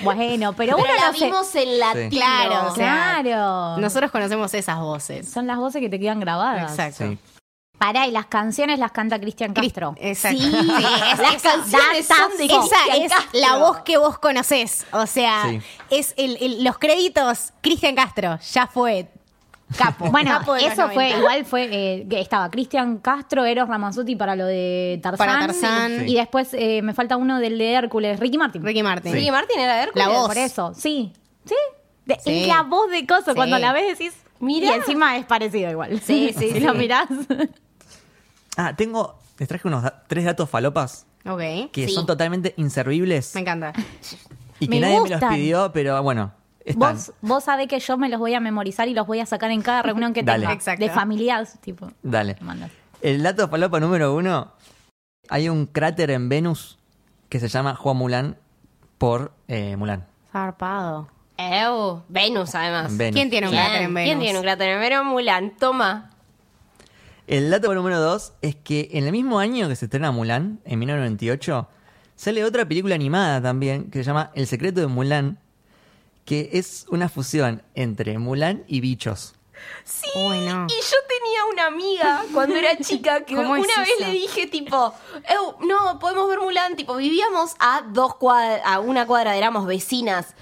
[SPEAKER 4] Bueno,
[SPEAKER 5] Pero
[SPEAKER 4] pero uno
[SPEAKER 5] la
[SPEAKER 4] no se-
[SPEAKER 5] vimos en latino.
[SPEAKER 2] Claro, o sea,
[SPEAKER 4] Claro.
[SPEAKER 2] Nosotros conocemos esas voces.
[SPEAKER 4] Son las voces que te quedan grabadas.
[SPEAKER 2] Exacto.
[SPEAKER 1] Sí.
[SPEAKER 4] Pará, y las canciones las canta Cristian Castro.
[SPEAKER 2] Exacto.
[SPEAKER 5] Sí,
[SPEAKER 2] es-
[SPEAKER 5] las
[SPEAKER 2] esa-
[SPEAKER 5] canciones
[SPEAKER 2] data-
[SPEAKER 5] son de
[SPEAKER 2] Esa
[SPEAKER 5] Cristian
[SPEAKER 2] es
[SPEAKER 5] Castro.
[SPEAKER 2] la voz que vos conocés. O sea,
[SPEAKER 1] Sí.
[SPEAKER 2] es el, el- los créditos. Cristian Castro, ya fue capo.
[SPEAKER 4] Bueno,
[SPEAKER 2] Capo de los
[SPEAKER 4] eso fue,
[SPEAKER 2] 90.
[SPEAKER 4] igual fue, eh, que estaba Cristian Castro, Eros Ramazzotti para lo de Tarzán.
[SPEAKER 2] Para Tarzán.
[SPEAKER 1] Sí.
[SPEAKER 4] Y después eh, me falta uno del de Hércules, Ricky Martin.
[SPEAKER 2] Ricky Martin.
[SPEAKER 5] Ricky Martin era Hércules.
[SPEAKER 2] La voz.
[SPEAKER 4] Por eso, sí. Sí. De-
[SPEAKER 2] Sí.
[SPEAKER 4] Es la voz de Coso.
[SPEAKER 2] Sí.
[SPEAKER 4] Cuando la ves decís,
[SPEAKER 5] Mirá.
[SPEAKER 4] y encima es parecido igual.
[SPEAKER 5] Sí, sí,
[SPEAKER 4] Si
[SPEAKER 5] sí.
[SPEAKER 4] lo mirás.
[SPEAKER 1] Ah, tengo. Les traje unos da- tres datos falopas
[SPEAKER 2] Ok.
[SPEAKER 1] que
[SPEAKER 5] Sí.
[SPEAKER 1] son totalmente inservibles
[SPEAKER 2] Me encanta.
[SPEAKER 1] y que
[SPEAKER 4] Me
[SPEAKER 1] nadie me
[SPEAKER 4] gustan.
[SPEAKER 1] los pidió, pero bueno, están.
[SPEAKER 4] Vos, vos sabés que yo me los voy a memorizar y los voy a sacar en cada reunión que
[SPEAKER 1] Dale.
[SPEAKER 4] tenga.
[SPEAKER 2] Exacto.
[SPEAKER 4] De familias, tipo.
[SPEAKER 1] Dale.
[SPEAKER 4] Manda.
[SPEAKER 1] El dato falopa número uno. Hay un cráter en Venus que se llama Juan Mulan por eh, Mulan.
[SPEAKER 2] Zarpado.
[SPEAKER 5] Ew, Venus, además.
[SPEAKER 1] Venus.
[SPEAKER 2] ¿Quién tiene un
[SPEAKER 5] Bien.
[SPEAKER 2] cráter en Venus?
[SPEAKER 5] ¿Quién tiene un cráter en Venus? Mulan, toma.
[SPEAKER 1] El dato número dos es que en el mismo año que se estrena Mulan, en 1998, sale otra película animada también que se llama El secreto de Mulan, que es una fusión entre Mulan y bichos.
[SPEAKER 5] Sí,
[SPEAKER 2] Uy, no.
[SPEAKER 5] y yo tenía una amiga cuando era chica que
[SPEAKER 2] ¿Cómo
[SPEAKER 5] una
[SPEAKER 2] es
[SPEAKER 5] vez
[SPEAKER 2] eso?
[SPEAKER 5] le dije tipo, "Ew, no, podemos ver Mulan, tipo, vivíamos a dos cuadras, a una cuadra, éramos vecinas.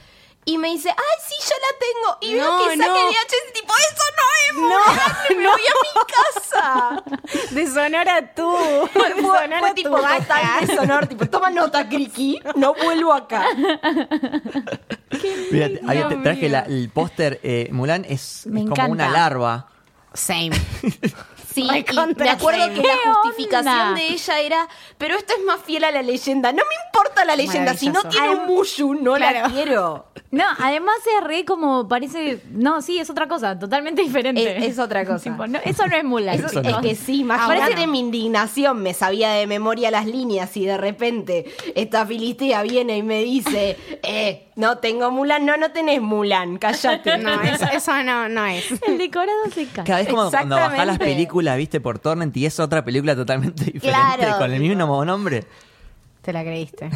[SPEAKER 5] Y me dice, ay, sí, yo la tengo. Y veo
[SPEAKER 2] No,
[SPEAKER 5] que saca
[SPEAKER 2] no.
[SPEAKER 5] el VHS y tipo, eso no es Mulan, no, me lo vi a mi casa.
[SPEAKER 2] De Sonora tú.
[SPEAKER 5] Fue,
[SPEAKER 2] De
[SPEAKER 5] fue-
[SPEAKER 2] Sonora
[SPEAKER 5] fue
[SPEAKER 2] tú,
[SPEAKER 5] tipo
[SPEAKER 2] vaca.
[SPEAKER 5] total deshonor, tipo, toma nota, Criqui, no vuelvo acá.
[SPEAKER 1] Mira, te- ahí te traje la- el póster. eh, Mulan es,
[SPEAKER 4] Me
[SPEAKER 1] es como una
[SPEAKER 4] encanta.
[SPEAKER 1] larva.
[SPEAKER 2] Same.
[SPEAKER 5] Sí,
[SPEAKER 2] Ay,
[SPEAKER 5] y
[SPEAKER 2] contra
[SPEAKER 5] me acuerdo
[SPEAKER 2] Jane.
[SPEAKER 5] que la
[SPEAKER 4] ¿Qué
[SPEAKER 5] justificación
[SPEAKER 4] onda?
[SPEAKER 5] de ella era, pero esto es más fiel a la leyenda. No me importa la leyenda, si no
[SPEAKER 2] Maravilloso.
[SPEAKER 5] tiene un
[SPEAKER 4] Adem-
[SPEAKER 5] mushu, no la
[SPEAKER 2] Claro.
[SPEAKER 5] quiero.
[SPEAKER 4] No, además es re como parece. No, sí, es otra cosa, totalmente diferente.
[SPEAKER 5] Es- es otra cosa.
[SPEAKER 4] Tipo, no, eso no es Mulan.
[SPEAKER 5] Eso-
[SPEAKER 1] Eso
[SPEAKER 5] es
[SPEAKER 1] no.
[SPEAKER 5] que sí,
[SPEAKER 2] Ah,
[SPEAKER 5] imagínate
[SPEAKER 2] bueno.
[SPEAKER 5] mi indignación, me sabía de memoria las líneas y de repente esta filistea viene y me dice, eh, no tengo Mulan, no, no tenés Mulan, cállate.
[SPEAKER 2] No, eso, eso no, no es.
[SPEAKER 4] El decorado se
[SPEAKER 2] Ah,
[SPEAKER 4] cae.
[SPEAKER 1] Cada vez como cuando bajás las
[SPEAKER 5] Exactamente.
[SPEAKER 1] películas, viste, por Torrent y es otra película totalmente diferente
[SPEAKER 5] Claro.
[SPEAKER 1] con el mismo nombre.
[SPEAKER 2] Te la creíste.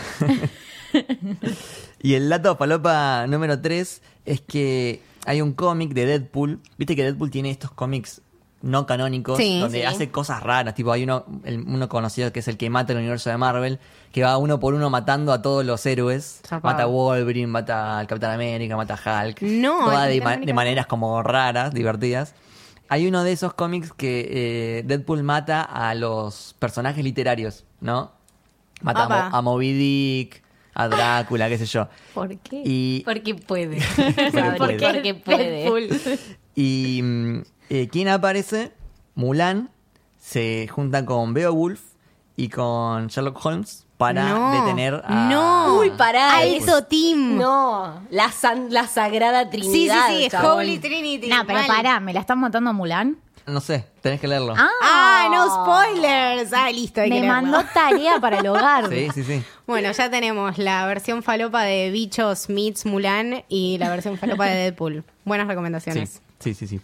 [SPEAKER 1] Y el dato palopa número 3 es que hay un cómic de Deadpool. Viste que Deadpool tiene estos cómics no canónicos
[SPEAKER 2] Sí.
[SPEAKER 1] donde
[SPEAKER 5] Sí.
[SPEAKER 1] hace cosas raras. Tipo, hay uno, el- uno conocido que es el que mata el universo de Marvel, que va uno por uno matando a todos los héroes.
[SPEAKER 2] Zarpado.
[SPEAKER 1] Mata a Wolverine, mata al Capitán América, mata a Hulk.
[SPEAKER 2] No,
[SPEAKER 1] Todas
[SPEAKER 2] el
[SPEAKER 1] de,
[SPEAKER 2] Capitán
[SPEAKER 1] ma-
[SPEAKER 2] América
[SPEAKER 1] de
[SPEAKER 2] no.
[SPEAKER 1] maneras como raras, divertidas. Hay uno de esos cómics que eh, Deadpool mata a los personajes literarios, ¿no? Mata a,
[SPEAKER 2] Apa.
[SPEAKER 1] Mo- a Moby Dick, a Drácula, qué sé yo.
[SPEAKER 4] ¿Por qué?
[SPEAKER 1] Y
[SPEAKER 5] Porque puede.
[SPEAKER 1] Porque
[SPEAKER 5] Porque, porque puede.
[SPEAKER 1] Y mm, eh, ¿quién aparece? Mulan se junta con Beowulf y con Sherlock Holmes para
[SPEAKER 2] No.
[SPEAKER 1] detener a...
[SPEAKER 2] No.
[SPEAKER 5] Uy, pará.
[SPEAKER 2] Alto team.
[SPEAKER 5] No, la, san- la
[SPEAKER 2] sí,
[SPEAKER 5] sagrada
[SPEAKER 2] sí,
[SPEAKER 5] trinidad.
[SPEAKER 2] sí.
[SPEAKER 5] chabón.
[SPEAKER 2] Holy Trinity.
[SPEAKER 4] No, pero
[SPEAKER 2] mal.
[SPEAKER 4] pará, ¿me la están matando a Mulan?
[SPEAKER 1] No sé, tenés que leerlo.
[SPEAKER 2] Ah, no
[SPEAKER 5] Oh.
[SPEAKER 2] spoilers. Ah, listo. hay que
[SPEAKER 4] Me
[SPEAKER 2] leerlo.
[SPEAKER 4] mandó tarea para el hogar.
[SPEAKER 1] Sí, sí, sí.
[SPEAKER 2] Bueno, ya tenemos la versión falopa de Bichos Meets Mulan y la versión falopa de Deadpool. Buenas
[SPEAKER 1] Sí,
[SPEAKER 2] recomendaciones.
[SPEAKER 1] sí, sí. sí.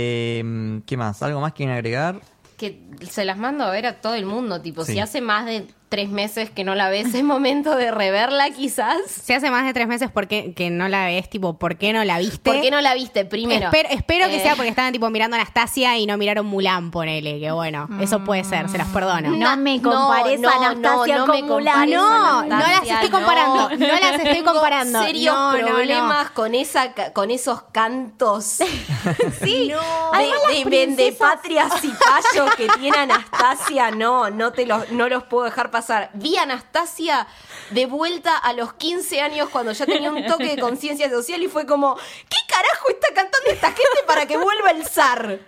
[SPEAKER 1] Eh, ¿Qué más? ¿Algo más quieren agregar?
[SPEAKER 5] Que se las mando a ver a todo el mundo. Tipo,
[SPEAKER 1] Sí.
[SPEAKER 5] si hace más de tres meses que no la ves, es momento de reverla quizás.
[SPEAKER 2] Si hace más de tres meses ¿por qué- que no la ves, tipo, ¿por qué no la viste?
[SPEAKER 5] ¿Por qué no la viste primero?
[SPEAKER 2] Espero, espero que
[SPEAKER 5] Eh,
[SPEAKER 2] sea porque estaban tipo mirando a Anastasia y no miraron Mulan, ponele, que bueno, eso puede ser, se las perdono.
[SPEAKER 4] No me compares
[SPEAKER 5] no,
[SPEAKER 4] a Anastasia
[SPEAKER 5] no, no
[SPEAKER 4] con
[SPEAKER 5] me
[SPEAKER 4] Mulan.
[SPEAKER 5] compares
[SPEAKER 2] No,
[SPEAKER 5] a
[SPEAKER 2] no las
[SPEAKER 5] Anastasia,
[SPEAKER 2] estoy comparando, no las estoy
[SPEAKER 5] Tengo
[SPEAKER 2] comparando.
[SPEAKER 5] serios
[SPEAKER 2] No, no, no.
[SPEAKER 5] problemas con esa ca- con esos cantos
[SPEAKER 2] Sí,
[SPEAKER 5] de,
[SPEAKER 4] Además, las
[SPEAKER 5] de vendepatrias y payos que tiene Anastasia, no, no te los, no los puedo dejar pasar. Vi a Anastasia de vuelta a los 15 años cuando ya tenía un toque de conciencia social y fue como, ¿qué carajo está cantando esta gente para que vuelva el zar?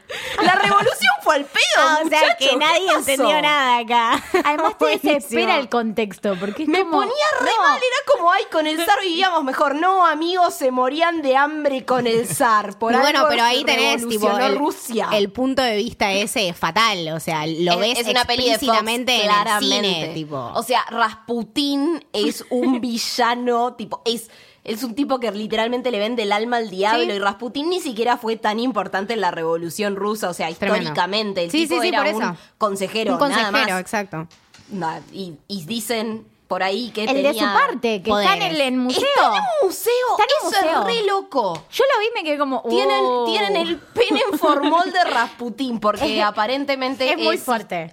[SPEAKER 5] La revolución fue al pedo,
[SPEAKER 2] Ah, o sea
[SPEAKER 5] muchacho,
[SPEAKER 2] que
[SPEAKER 5] ¿qué
[SPEAKER 2] nadie
[SPEAKER 5] pasó?
[SPEAKER 2] entendió nada acá.
[SPEAKER 4] Además te
[SPEAKER 2] Buenísimo.
[SPEAKER 4] desespera el contexto, porque es
[SPEAKER 5] Me
[SPEAKER 4] como-
[SPEAKER 5] ponía re
[SPEAKER 4] No.
[SPEAKER 5] mal, era como, ay, con el zar vivíamos mejor. No, amigos, se morían de hambre con el zar. Por
[SPEAKER 2] Y bueno,
[SPEAKER 5] algo
[SPEAKER 2] pero
[SPEAKER 5] se
[SPEAKER 2] ahí tenés tipo
[SPEAKER 5] revolucionó
[SPEAKER 2] el,
[SPEAKER 5] Rusia.
[SPEAKER 2] el punto de vista ese es fatal, o sea, lo ves
[SPEAKER 5] peli de Fox,
[SPEAKER 2] explícitamente en el cine, tipo.
[SPEAKER 5] O sea, Rasputín es un villano, tipo, es, es un tipo que literalmente le vende el alma al diablo. Y Rasputín ni siquiera fue tan importante en la Revolución Rusa, o sea,
[SPEAKER 2] Tremendo.
[SPEAKER 5] históricamente. El
[SPEAKER 2] Sí,
[SPEAKER 5] tipo
[SPEAKER 2] sí, sí,
[SPEAKER 5] era
[SPEAKER 2] por eso.
[SPEAKER 5] un consejero,
[SPEAKER 2] un consejero,
[SPEAKER 5] nada más.
[SPEAKER 2] exacto.
[SPEAKER 5] Na- y, y dicen por ahí que
[SPEAKER 4] El de su
[SPEAKER 5] tenía-
[SPEAKER 4] parte, que está en
[SPEAKER 2] poderes.
[SPEAKER 4] el en museo.
[SPEAKER 5] Está en un museo.
[SPEAKER 4] Está en un
[SPEAKER 5] Eso
[SPEAKER 4] museo.
[SPEAKER 5] es re loco.
[SPEAKER 4] Yo lo vi y me quedé como.
[SPEAKER 5] Tienen,
[SPEAKER 4] "Oh".
[SPEAKER 5] tienen el pene en formol de Rasputín, porque aparentemente
[SPEAKER 4] Es muy fuerte.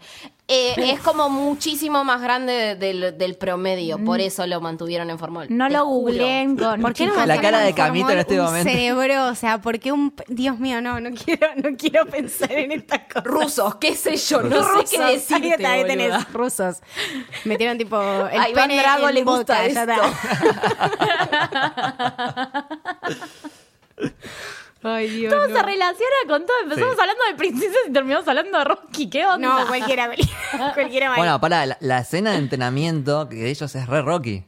[SPEAKER 5] eh, es como muchísimo más grande del, del promedio, por eso lo mantuvieron en formol.
[SPEAKER 4] Mm. No
[SPEAKER 5] te
[SPEAKER 4] lo
[SPEAKER 5] juro.
[SPEAKER 4] googleen con.
[SPEAKER 2] ¿Por qué no
[SPEAKER 1] La
[SPEAKER 2] mandaron
[SPEAKER 1] cara de
[SPEAKER 2] un
[SPEAKER 1] Camito
[SPEAKER 2] formol,
[SPEAKER 1] en este
[SPEAKER 2] un
[SPEAKER 1] momento.
[SPEAKER 2] cerebro, o sea, ¿por qué un p- Dios mío, no, no quiero no quiero pensar en esta cosa.
[SPEAKER 5] Rusos, qué sé yo, no sé qué decirte,
[SPEAKER 2] Ahí está, ahí
[SPEAKER 5] boluda.
[SPEAKER 2] tenés rusos. Metieron tipo el
[SPEAKER 5] A Iván
[SPEAKER 2] pene
[SPEAKER 5] Drago
[SPEAKER 2] en
[SPEAKER 5] le gusta
[SPEAKER 2] boca, ya está. Ay, Dios.
[SPEAKER 4] Todo
[SPEAKER 2] no.
[SPEAKER 4] se relaciona con todo. Empezamos
[SPEAKER 1] Sí.
[SPEAKER 4] hablando de princesas y terminamos hablando de Rocky. ¿Qué onda?
[SPEAKER 2] No, cualquiera, cualquiera mal.
[SPEAKER 1] Bueno, para la, la escena de entrenamiento que de ellos es re Rocky.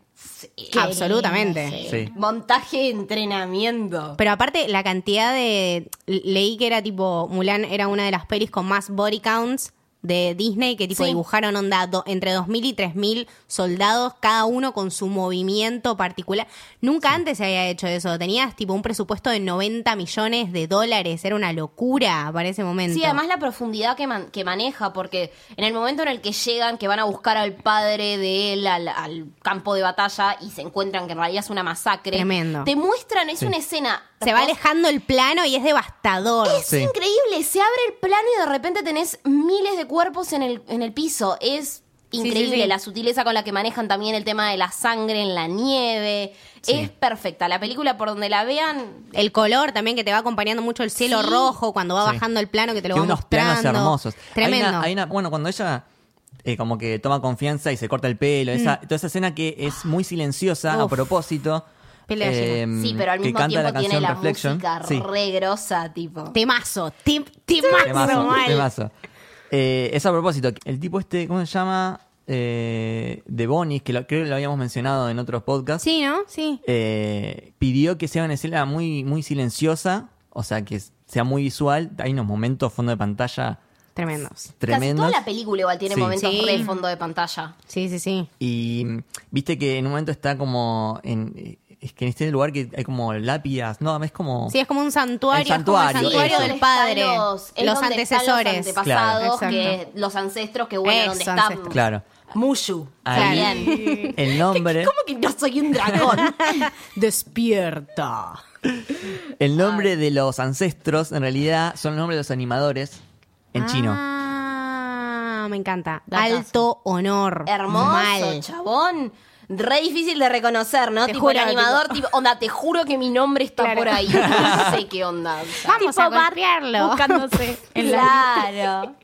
[SPEAKER 2] Absolutamente.
[SPEAKER 1] Sí.
[SPEAKER 5] Montaje de entrenamiento.
[SPEAKER 2] Pero aparte, la cantidad de. Leí que era tipo. Mulan era una de las pelis con más body counts de Disney que tipo
[SPEAKER 5] Sí.
[SPEAKER 2] dibujaron onda do- entre 2.000 y 3.000 soldados, cada uno con su movimiento particular. Nunca antes se había hecho eso. Tenías tipo un presupuesto de 90 millones de dólares. Era una locura para ese momento.
[SPEAKER 5] Sí, además la profundidad que, man- que maneja, porque en el momento en el que llegan, que van a buscar al padre de él al, al campo de batalla y se encuentran que en realidad es una masacre.
[SPEAKER 2] Tremendo.
[SPEAKER 5] Te muestran, es una escena.
[SPEAKER 2] se va alejando el plano y es devastador.
[SPEAKER 5] Es
[SPEAKER 1] Sí.
[SPEAKER 5] increíble, se abre el plano y de repente tenés miles de cuerpos en el, en el piso. Es
[SPEAKER 2] sí,
[SPEAKER 5] increíble
[SPEAKER 2] sí.
[SPEAKER 5] la sutileza con la que manejan también el tema de la sangre en la nieve. Es perfecta. La película, por donde la vean,
[SPEAKER 2] El color también que te va acompañando mucho el cielo
[SPEAKER 5] Sí.
[SPEAKER 2] rojo cuando va
[SPEAKER 1] Sí.
[SPEAKER 2] bajando el plano que te lo
[SPEAKER 1] Tiene
[SPEAKER 2] va
[SPEAKER 1] unos
[SPEAKER 2] mostrando.
[SPEAKER 1] planos hermosos. Hay una-
[SPEAKER 2] Tremendo.
[SPEAKER 1] hay una- bueno, cuando ella eh, como que toma confianza y se corta el pelo, esa,
[SPEAKER 5] Mm.
[SPEAKER 1] toda esa escena que es muy silenciosa a
[SPEAKER 2] Uf.
[SPEAKER 1] propósito.
[SPEAKER 2] Piel de gallina.
[SPEAKER 1] em,
[SPEAKER 5] sí, pero al
[SPEAKER 1] que
[SPEAKER 5] mismo
[SPEAKER 1] canta
[SPEAKER 5] tiempo
[SPEAKER 1] la
[SPEAKER 5] tiene
[SPEAKER 1] canción
[SPEAKER 5] la
[SPEAKER 1] Reflection.
[SPEAKER 5] música
[SPEAKER 1] Sí.
[SPEAKER 5] re grosa, tipo.
[SPEAKER 2] Temazo, tem- temazo,
[SPEAKER 1] Temazo,
[SPEAKER 2] mal.
[SPEAKER 1] temazo. Eh, es a propósito, el tipo este, ¿cómo se llama? Eh, de Bonis, que lo- creo que lo habíamos mencionado en otros podcasts.
[SPEAKER 2] Sí, ¿no? Sí.
[SPEAKER 1] eh, pidió que sea una escena muy, muy silenciosa, o sea, que sea muy visual. Hay unos momentos fondo de pantalla
[SPEAKER 2] Tremendos.
[SPEAKER 1] tremendos.
[SPEAKER 5] Casi toda la película igual tiene
[SPEAKER 1] Sí.
[SPEAKER 5] momentos
[SPEAKER 2] Sí.
[SPEAKER 5] re fondo de pantalla.
[SPEAKER 2] Sí, sí, sí.
[SPEAKER 1] Y mm, viste que en un momento está como en es que en este lugar que hay como lápidas, no, es como
[SPEAKER 2] Sí, es como un santuario,
[SPEAKER 1] El
[SPEAKER 2] es como el
[SPEAKER 1] santuario,
[SPEAKER 2] santuario
[SPEAKER 1] eso.
[SPEAKER 2] del padre.
[SPEAKER 5] Están
[SPEAKER 2] Los,
[SPEAKER 5] es donde están
[SPEAKER 2] antecesores.
[SPEAKER 5] Los antepasados,
[SPEAKER 2] Claro.
[SPEAKER 5] que,
[SPEAKER 2] Exacto.
[SPEAKER 5] los ancestros que bueno, donde
[SPEAKER 2] Ex-
[SPEAKER 5] está
[SPEAKER 2] ancestros.
[SPEAKER 1] claro.
[SPEAKER 5] Mushu.
[SPEAKER 1] Ahí.
[SPEAKER 5] También.
[SPEAKER 1] El nombre
[SPEAKER 5] ¿Cómo que no soy un dragón?
[SPEAKER 2] Despierta.
[SPEAKER 1] El nombre de los ancestros, en realidad, son los nombres de los animadores en chino.
[SPEAKER 2] Ah, me encanta.
[SPEAKER 4] Datazo.
[SPEAKER 2] Alto honor.
[SPEAKER 5] Hermoso,
[SPEAKER 2] Mal.
[SPEAKER 5] chabón. Re difícil de reconocer, ¿no?
[SPEAKER 4] Te
[SPEAKER 5] tipo
[SPEAKER 4] juro,
[SPEAKER 5] el animador, tipo, onda, te juro que mi nombre está
[SPEAKER 4] Claro.
[SPEAKER 5] por ahí. No sé qué onda. o sea.
[SPEAKER 2] Vamos a golpearlo.
[SPEAKER 4] Buscándose en la-
[SPEAKER 5] Claro.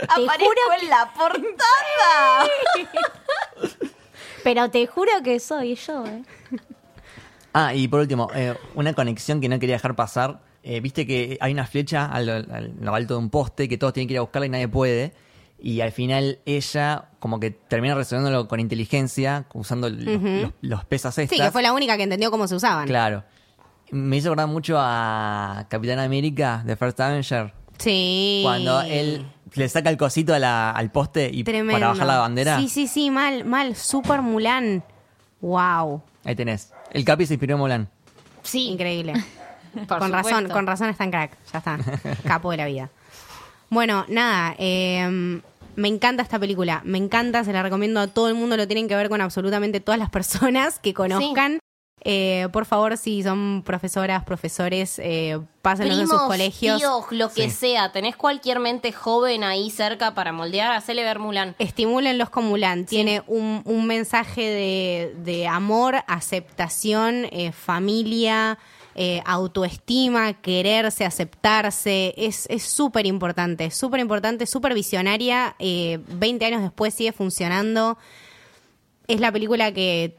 [SPEAKER 5] Aparezco en la portada.
[SPEAKER 4] Pero te juro que soy yo, ¿eh?
[SPEAKER 1] Ah, y por último, eh, una conexión que no quería dejar pasar. Eh, Viste que hay una flecha al, al- a lo alto de un poste que todos tienen que ir a buscarla y nadie puede. Y al final ella como que termina resolviéndolo con inteligencia, usando los, los- los pesas
[SPEAKER 2] Sí,
[SPEAKER 1] estas.
[SPEAKER 2] que fue la única que entendió cómo se usaban.
[SPEAKER 1] Claro. Me hizo acordar mucho a Capitán América de First Avenger.
[SPEAKER 2] Sí.
[SPEAKER 1] Cuando él le saca el cosito a la- al poste y
[SPEAKER 2] Tremendo.
[SPEAKER 1] para bajar la bandera.
[SPEAKER 2] Sí, sí, sí, mal, mal. Super Mulan. Wow.
[SPEAKER 1] Ahí tenés. El Capi se inspiró en Mulan.
[SPEAKER 5] Sí,
[SPEAKER 2] Increíble.
[SPEAKER 5] por
[SPEAKER 2] con
[SPEAKER 5] supuesto.
[SPEAKER 2] razón, con razón es tan crack. Ya está. Capo de la vida. Bueno, nada. eh, me encanta esta película. Me encanta, se la recomiendo a todo el mundo. Lo tienen que ver con absolutamente todas las personas que conozcan. Eh, por favor, si son profesoras, profesores, eh, pásenlos en
[SPEAKER 5] Primos,
[SPEAKER 2] sus colegios.
[SPEAKER 5] tíos, lo que
[SPEAKER 1] Sí.
[SPEAKER 5] sea. Tenés cualquier mente joven ahí cerca para moldear, hacele ver Mulan.
[SPEAKER 2] Estimúlenlos con Mulan. Tiene un, un mensaje de, de amor, aceptación, eh, familia, eh, autoestima, quererse, aceptarse. Es es súper importante, súper importante, súper visionaria. Eh, 20 años después sigue funcionando. Es la película que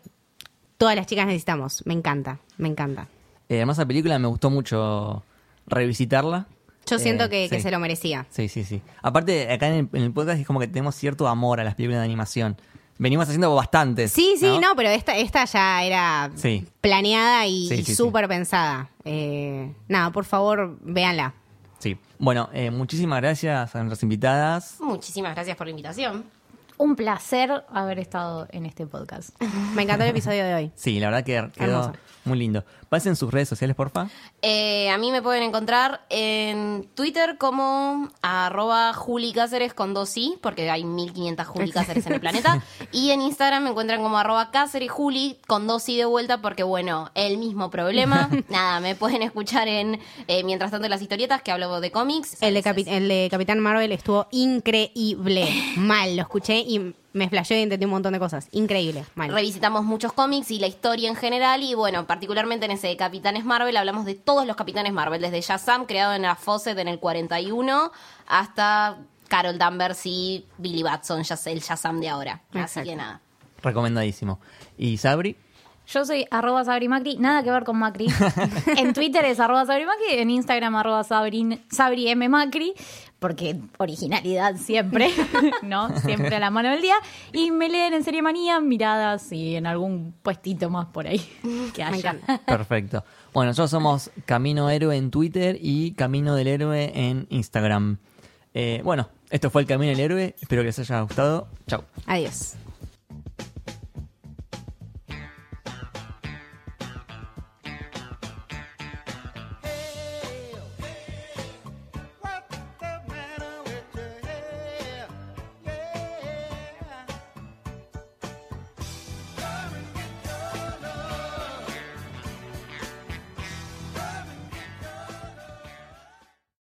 [SPEAKER 2] todas las chicas necesitamos. Me encanta, me encanta.
[SPEAKER 1] Eh, además, la película me gustó mucho revisitarla.
[SPEAKER 2] Yo
[SPEAKER 1] Eh,
[SPEAKER 2] siento que, que
[SPEAKER 1] sí.
[SPEAKER 2] se lo merecía.
[SPEAKER 1] Sí, sí, sí. Aparte, acá en el, en el podcast es como que tenemos cierto amor a las películas de animación. Venimos haciendo bastantes.
[SPEAKER 2] Sí, sí, no, pero esta, esta ya era
[SPEAKER 1] Sí.
[SPEAKER 2] planeada y
[SPEAKER 1] Sí,
[SPEAKER 2] y
[SPEAKER 1] sí, sí.
[SPEAKER 2] súper pensada. Eh, nada, por favor, véanla.
[SPEAKER 1] Sí. Bueno, eh, muchísimas gracias a nuestras invitadas.
[SPEAKER 5] Muchísimas gracias por la invitación.
[SPEAKER 4] Un placer haber estado en este podcast.
[SPEAKER 2] Me encantó el episodio de hoy.
[SPEAKER 1] Sí, la verdad que quedó
[SPEAKER 2] Hermoso.
[SPEAKER 1] muy lindo. Pasen sus redes sociales, porfa.
[SPEAKER 5] Eh, a mí me pueden encontrar en Twitter como arroba Juli Cáceres con dos i, porque hay 1500 Juli Cáceres en el planeta. Y en Instagram me encuentran como arroba Cáceres Juli con dos i de vuelta, porque bueno, el mismo problema. Nada, me pueden escuchar en eh, Mientras tanto en las historietas, que hablo de cómics.
[SPEAKER 2] El de,
[SPEAKER 5] Entonces,
[SPEAKER 2] Capi- el de Capitán Marvel estuvo increíble. Mal, lo escuché y me flasheó y entendí un montón de cosas. Increíble, mal.
[SPEAKER 5] Revisitamos muchos cómics y la historia en general y bueno, particularmente en ese de Capitanes Marvel hablamos de todos los Capitanes Marvel, desde Shazam creado en la Fawcett en el 41 hasta Carol Danvers y Billy Batson, Shaz- el Shazam de ahora. Así
[SPEAKER 2] Exacto.
[SPEAKER 5] que nada.
[SPEAKER 1] Recomendadísimo. Y Sabri,
[SPEAKER 4] Yo soy arroba Sabri Macri, nada que ver con Macri. en Twitter es arroba Sabri Macri, en Instagram arroba Sabri, Sabri M Macri, porque originalidad siempre, ¿no? Siempre a la mano del día. Y me leen en Serie Manía, miradas y en algún puestito más por ahí que haya.
[SPEAKER 2] encanta.
[SPEAKER 1] perfecto. Bueno, nosotros somos Camino Héroe en Twitter y Camino del Héroe en Instagram. Eh, bueno, esto fue el Camino del Héroe. Espero que les haya gustado. Chau.
[SPEAKER 2] Adiós.